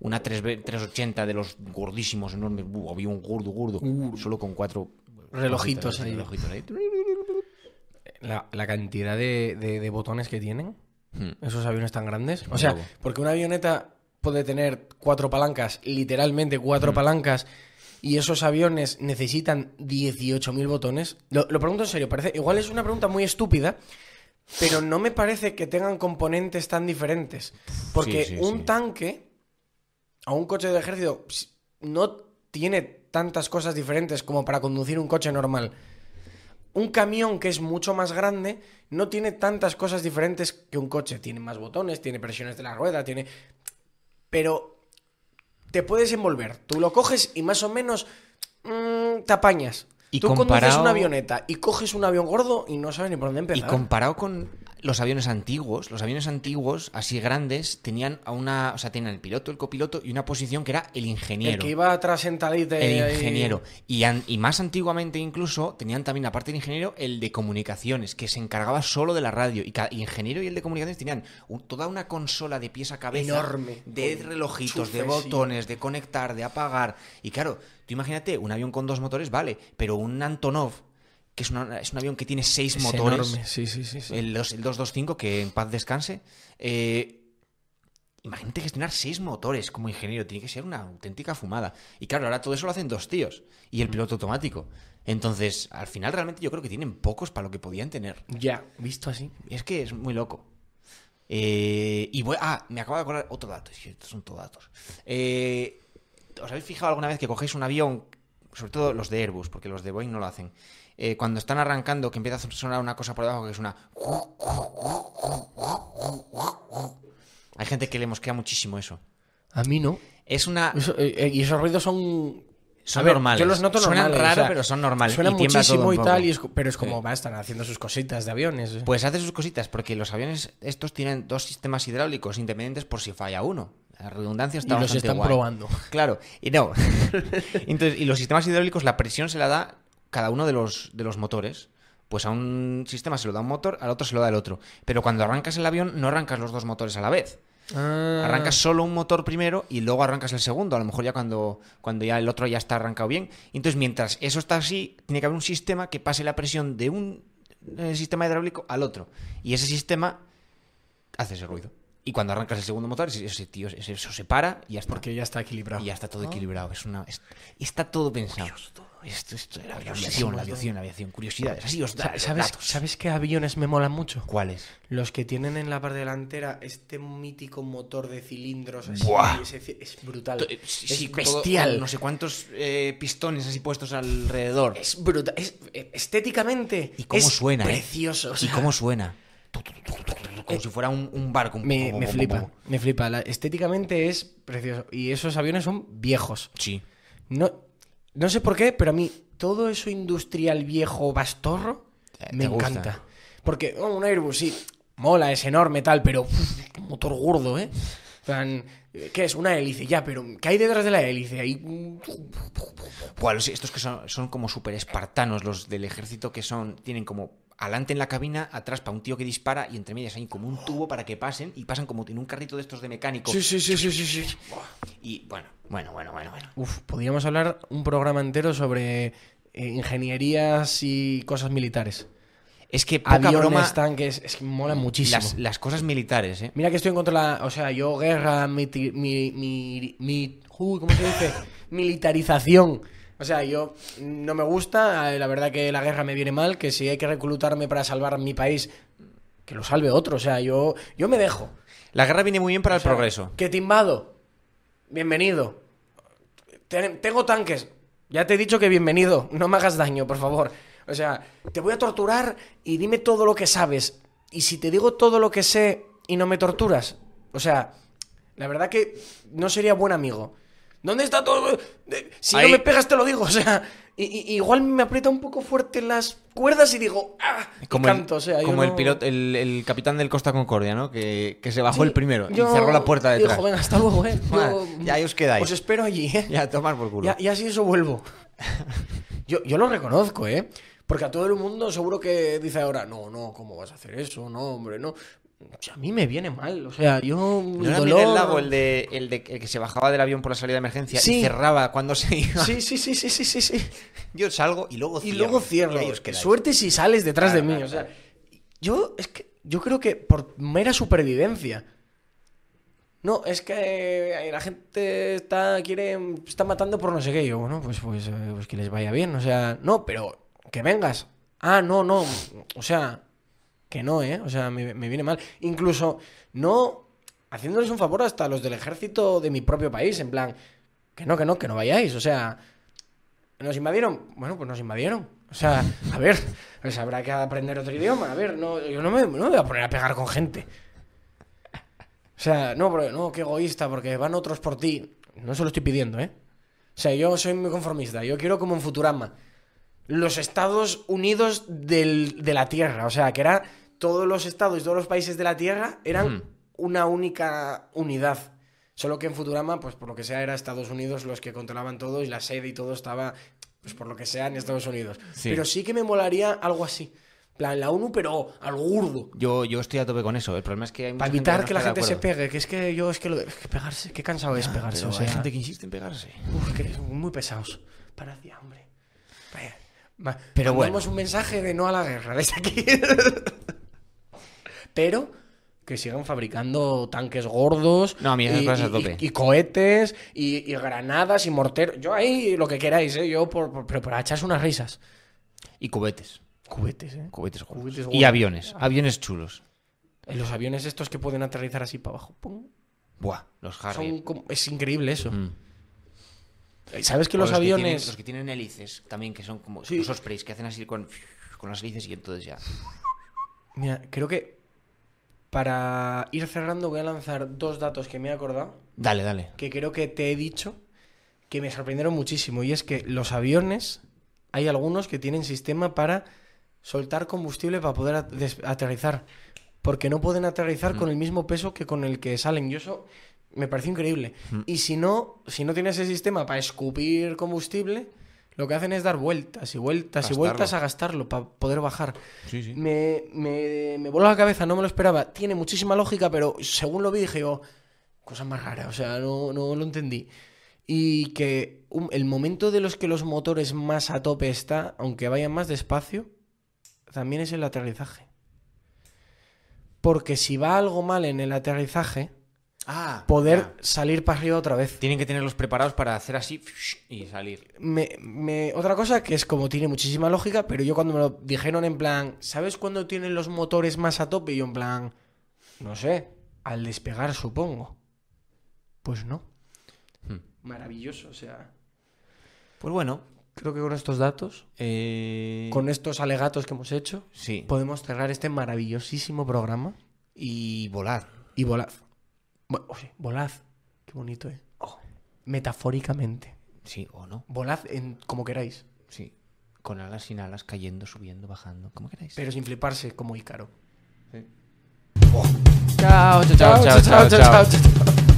A: una 3, 380 de los gordísimos enormes, buh, había un gordo, gordo, solo con cuatro
B: Relojitos
A: hojitas,
B: ahí.
A: relojitos ahí.
B: La, la cantidad de, de- de botones que tienen
A: Hmm.
B: esos aviones tan grandes. O
A: muy
B: sea,
A: loco.
B: porque una avioneta puede tener cuatro palancas, literalmente
A: Mm.
B: cuatro palancas, y esos aviones necesitan 18.000 botones. Lo, lo pregunto en serio, parece, igual es una pregunta muy estúpida, pero no me parece que tengan componentes tan diferentes. Porque
A: Sí, sí,
B: un
A: sí.
B: tanque o un coche de ejército ps, no tiene tantas cosas diferentes como para conducir un coche normal. Un camión que es mucho más grande no tiene tantas cosas diferentes que un coche. Tiene más botones, tiene presiones de la rueda, tiene... Pero te puedes envolver. Tú lo coges y más o menos mm, te apañas.
A: Y
B: Tú conduces
A: comparado-
B: una avioneta y coges un avión gordo y no sabes ni por dónde
A: Y
B: empezar.
A: comparado con los aviones antiguos, los aviones antiguos, así grandes, tenían a una, o sea, tenían el piloto, el copiloto y una posición que era el ingeniero.
B: El que iba atrás sentadito. ahí-
A: El ingeniero. Y, an- y más antiguamente incluso tenían también, aparte del ingeniero, el de comunicaciones, que se encargaba solo de la radio. Y cada ingeniero y el de comunicaciones tenían un- toda una consola de pies a cabeza.
B: Enorme.
A: De
B: Con
A: relojitos, de
B: enchufes y-
A: botones, de conectar, de apagar. Y claro, tú imagínate, un avión con dos motores, vale, pero un Antonov, que es, una- es un avión que tiene seis
B: Es
A: motores
B: enorme, Sí, sí, sí. sí.
A: el, dos- el 225, que en paz descanse. eh, imagínate gestionar seis motores como ingeniero, tiene que ser una auténtica fumada. Y claro, ahora todo eso lo hacen dos tíos y el
B: Mm.
A: piloto automático. Entonces, al final realmente yo creo que tienen pocos para lo que podían tener.
B: Ya, visto así.
A: Y es que es muy loco. Eh, y voy, ah, me acabo de acordar otro dato. es que Estos son todos datos. Eh, ¿Os habéis fijado alguna vez que cogéis un avión, sobre todo los de Airbus, porque los de Boeing no lo hacen? eh, cuando están arrancando, que empieza a sonar una cosa por debajo que es una. Hay gente que le mosquea muchísimo eso.
B: A mí no.
A: Es una.
B: Eso, eh, eh, y esos ruidos son.
A: Son
B: A ver,
A: normales.
B: Yo los noto
A: Suenan
B: normales.
A: raro,
B: o sea,
A: pero son normales.
B: Suenan
A: Y tiembla todo
B: muchísimo
A: un
B: y
A: poco.
B: tal, y es co- pero es como, va, están haciendo sus cositas de aviones. eh.
A: Pues hace sus cositas, porque los aviones estos tienen dos sistemas hidráulicos independientes por si falla uno. La redundancia está
B: y los
A: bastante
B: están
A: guay.
B: probando.
A: Claro, y no. [laughs] Entonces, y los sistemas hidráulicos, la presión se la da cada uno de los, de los motores. Pues a un sistema se lo da un motor, al otro se lo da el otro. Pero cuando arrancas el avión, no arrancas los dos motores a la vez.
B: Ah.
A: Arrancas solo un motor primero y luego arrancas el segundo. A lo mejor ya cuando, cuando ya el otro ya está arrancado bien. Entonces, mientras eso está así, tiene que haber un sistema que pase la presión de un eh, sistema hidráulico al otro. Y ese sistema hace ese ruido. Y cuando arrancas el segundo motor, ese, ese tío, ese- eso se para y ya está.
B: Porque ya está equilibrado.
A: Y ya está todo equilibrado. Es una, es- está Ah. todo pensado. Esto, esto, la aviación, la aviación, la aviación. Curiosidades. Así os da
B: Sa-
A: los
B: ¿Sabes,
A: datos.
B: ¿Sabes qué aviones me molan mucho?
A: ¿Cuáles?
B: Los que tienen en la parte delantera este mítico motor de cilindros así.
A: Buah.
B: ese ci- es brutal.
A: To- eh, sí, sí,
B: es
A: todo-
B: bestial.
A: no sé cuántos eh, pistones así puestos alrededor.
B: Es brutal. Es, eh, estéticamente.
A: ¿Y cómo
B: es
A: suena, eh?
B: Precioso. o
A: ¿Y
B: sea,
A: cómo suena? Tu, tu, tu, tu, tu, tu, Como si fuera un, un barco. un-
B: Me,
A: bo-
B: me
A: bo- bo-
B: flipa.
A: bo-
B: Me flipa. La- estéticamente es precioso. Y esos aviones son viejos.
A: Sí.
B: No, no sé por qué, pero a mí todo eso industrial viejo bastorro
A: Te-
B: me
A: te gusta.
B: encanta. Porque oh, un Airbus, sí, mola, es enorme, tal, pero uf, motor gordo, ¿eh? En plan, ¿Qué es? Una hélice, ya, pero ¿qué hay detrás de la hélice? Ahí,
A: Buah, los- estos que son, son como súper espartanos, los del ejército que son. Tienen como adelante en la cabina, atrás para un tío que dispara y entre medias hay como un tubo para que pasen y pasan como en un carrito de estos de mecánico.
B: sí, sí, sí, sí, sí, sí.
A: Y bueno, bueno, bueno, bueno, bueno.
B: Uf, podríamos hablar un programa entero sobre eh, ingenierías y cosas militares.
A: Es que poca
B: Aviones,
A: broma.
B: tanques, es que mola muchísimo.
A: Las, las cosas militares, ¿eh?
B: Mira que estoy en contra de la. O sea, yo, guerra, mi. ti- mi, mi, mi- uy, ¿Cómo se
A: [laughs]
B: dice? Militarización. O sea, yo no me gusta. eh, La verdad que la guerra me viene mal. Que si hay que reclutarme para salvar mi país, que lo salve otro. O sea, yo, yo me dejo.
A: La guerra viene muy bien para
B: O sea,
A: el progreso.
B: Que te invado. Bienvenido. Ten- tengo tanques. Ya te he dicho que bienvenido. No me hagas daño, por favor. O sea, te voy a torturar y dime todo lo que sabes. Y si te digo todo lo que sé y no me torturas. O sea, la verdad que no sería buen amigo. ¿Dónde está todo? Eh, Si
A: Ahí.
B: no me pegas, te lo digo. [laughs] O sea, i- i- igual me aprieta un poco fuerte las cuerdas y digo, ¡ah! y
A: Como,
B: canto,
A: el,
B: o sea, yo
A: como el
B: no-
A: piloto, el, el capitán del Costa Concordia, ¿no? Que, que se bajó
B: Sí,
A: el primero
B: yo-
A: y cerró la puerta detrás.
B: Dijo, venga, hasta luego,
A: [laughs]
B: eh.
A: Bueno,
B: Yo-
A: ya ahí os quedáis.
B: Os espero allí, eh.
A: Ya, tomar por culo.
B: Ya, ya si eso vuelvo. [laughs] Yo, yo lo reconozco, ¿eh? Porque a todo el mundo seguro que dice ahora, no, no, ¿cómo vas a hacer eso? No, hombre, no. O sea, a mí me viene mal. O sea, yo.
A: ¿No
B: el
A: era
B: dolor-
A: Miguel Lago el, de, el, de, el que se bajaba del avión por la salida de emergencia
B: Sí.
A: y cerraba cuando se iba?
B: Sí, sí, sí, sí, sí, sí, sí.
A: Yo salgo y luego
B: Y
A: cierro.
B: luego cierro.
A: ahí os quedáis.
B: Suerte si sales detrás
A: Claro,
B: de mí.
A: claro,
B: o sea, yo es que yo creo que por mera supervivencia. No, es que eh, la gente está quiere está matando por no sé qué. Y Yo, bueno, pues, pues, eh, pues que les vaya bien. O sea, no, pero que vengas. Ah, no, no. O sea, que no, ¿eh? O sea, me, me viene mal. Incluso no haciéndoles un favor hasta a los del ejército de mi propio país. En plan, que no, que no, que no vayáis. O sea, ¿Nos invadieron? Bueno, pues nos invadieron. O sea, a ver, pues habrá que aprender otro idioma. A ver, no, yo no me, no me voy a poner a pegar con gente. O sea, no, porque, no, qué egoísta, porque van otros por ti. No se lo estoy pidiendo, ¿eh? O sea, yo soy muy conformista. Yo quiero como en Futurama. Los Estados Unidos del- de la Tierra. O sea, que era todos los estados y todos los países de la Tierra eran
A: Ujú.
B: una única unidad. Solo que en Futurama, pues por lo que sea, era Estados Unidos los que controlaban todo y la sede y todo estaba, pues por lo que sea, en Estados Unidos.
A: Sí.
B: Pero sí que me molaría algo así. plan, la ONU, pero al gurdo.
A: Yo, yo estoy a tope con eso. El problema es que hay mucha
B: Para
A: gente
B: evitar
A: no
B: que la
A: está de
B: gente se
A: acuerdo.
B: pegue, que es que yo, es que lo de es que pegarse, qué cansado es pegarse.
A: Pero
B: o sea,
A: hay gente que insiste en pegarse.
B: Uf, que son muy pesados. Para ti, hombre. Vaya. Va-
A: Pero bueno.
B: Mandamos un mensaje de no a la guerra [laughs] desde aquí. Pero que sigan fabricando tanques gordos.
A: No, a mí esas
B: y,
A: cosas a
B: y-
A: tope.
B: y- y cohetes, y, y granadas, y morteros. Yo ahí lo que queráis, ¿eh? Yo, por, por- pero para echarse unas risas.
A: Y cubetes.
B: Cubetes, ¿eh?
A: Cubetes gordos.
B: Cubetes gordos.
A: Y aviones. Aviones chulos.
B: En Los aviones estos que pueden aterrizar así para abajo. pum,
A: Buah, los Harrier.
B: son como- es increíble eso.
A: Ah,
B: Eh,
A: Mm.
B: ¿Sabes que
A: O
B: los,
A: tienen-
B: aviones...
A: los que tienen hélices también, que son como
B: Sí.
A: los ospreys, que hacen así con, con las hélices y entonces ya.
B: Mira, creo que para ir cerrando voy a lanzar dos datos que me he acordado,
A: Dale, dale.
B: que creo que te he dicho, que me sorprendieron muchísimo, y es que los aviones, hay algunos que tienen sistema para soltar combustible para poder at- des- aterrizar, porque no pueden aterrizar con el mismo peso que con el que salen. Yo eso me parece increíble. Y si no, si no tiene ese sistema para escupir combustible, lo que hacen es dar vueltas y vueltas y vueltas
A: Gastarlo.
B: a gastarlo para poder bajar.
A: Sí, sí.
B: Me, me, me voló la cabeza, no me lo esperaba. Tiene muchísima lógica, pero según lo vi dije, oh, cosas más raras, o sea, no, no lo entendí. Y que un- el momento de los que los motores más a tope está, aunque vayan más despacio, también es el aterrizaje. Porque si va algo mal en el aterrizaje,
A: Ah,
B: poder
A: ya.
B: salir para arriba otra vez.
A: Tienen que tenerlos preparados para hacer así [laughs] y salir.
B: me, me- otra cosa que es como tiene muchísima lógica, pero yo cuando me lo dijeron en plan, ¿sabes cuándo tienen los motores más a tope? Y yo en plan, no sé, al despegar supongo. Pues no.
A: Hmm.
B: Maravilloso, o sea.
A: Pues bueno.
B: Creo que con estos datos,
A: eh,
B: con estos alegatos que hemos hecho,
A: Sí.
B: podemos cerrar este maravillosísimo programa
A: Y volar.
B: y volad. Bueno, oye, volad. Qué bonito, ¿eh? Metafóricamente.
A: Sí o no.
B: Volad en, como queráis,
A: Sí. Con alas sin alas, cayendo, subiendo, bajando, como queráis.
B: pero sin fliparse, como Ícaro.
A: Chao, chao, chao, chao, chao.
B: chao.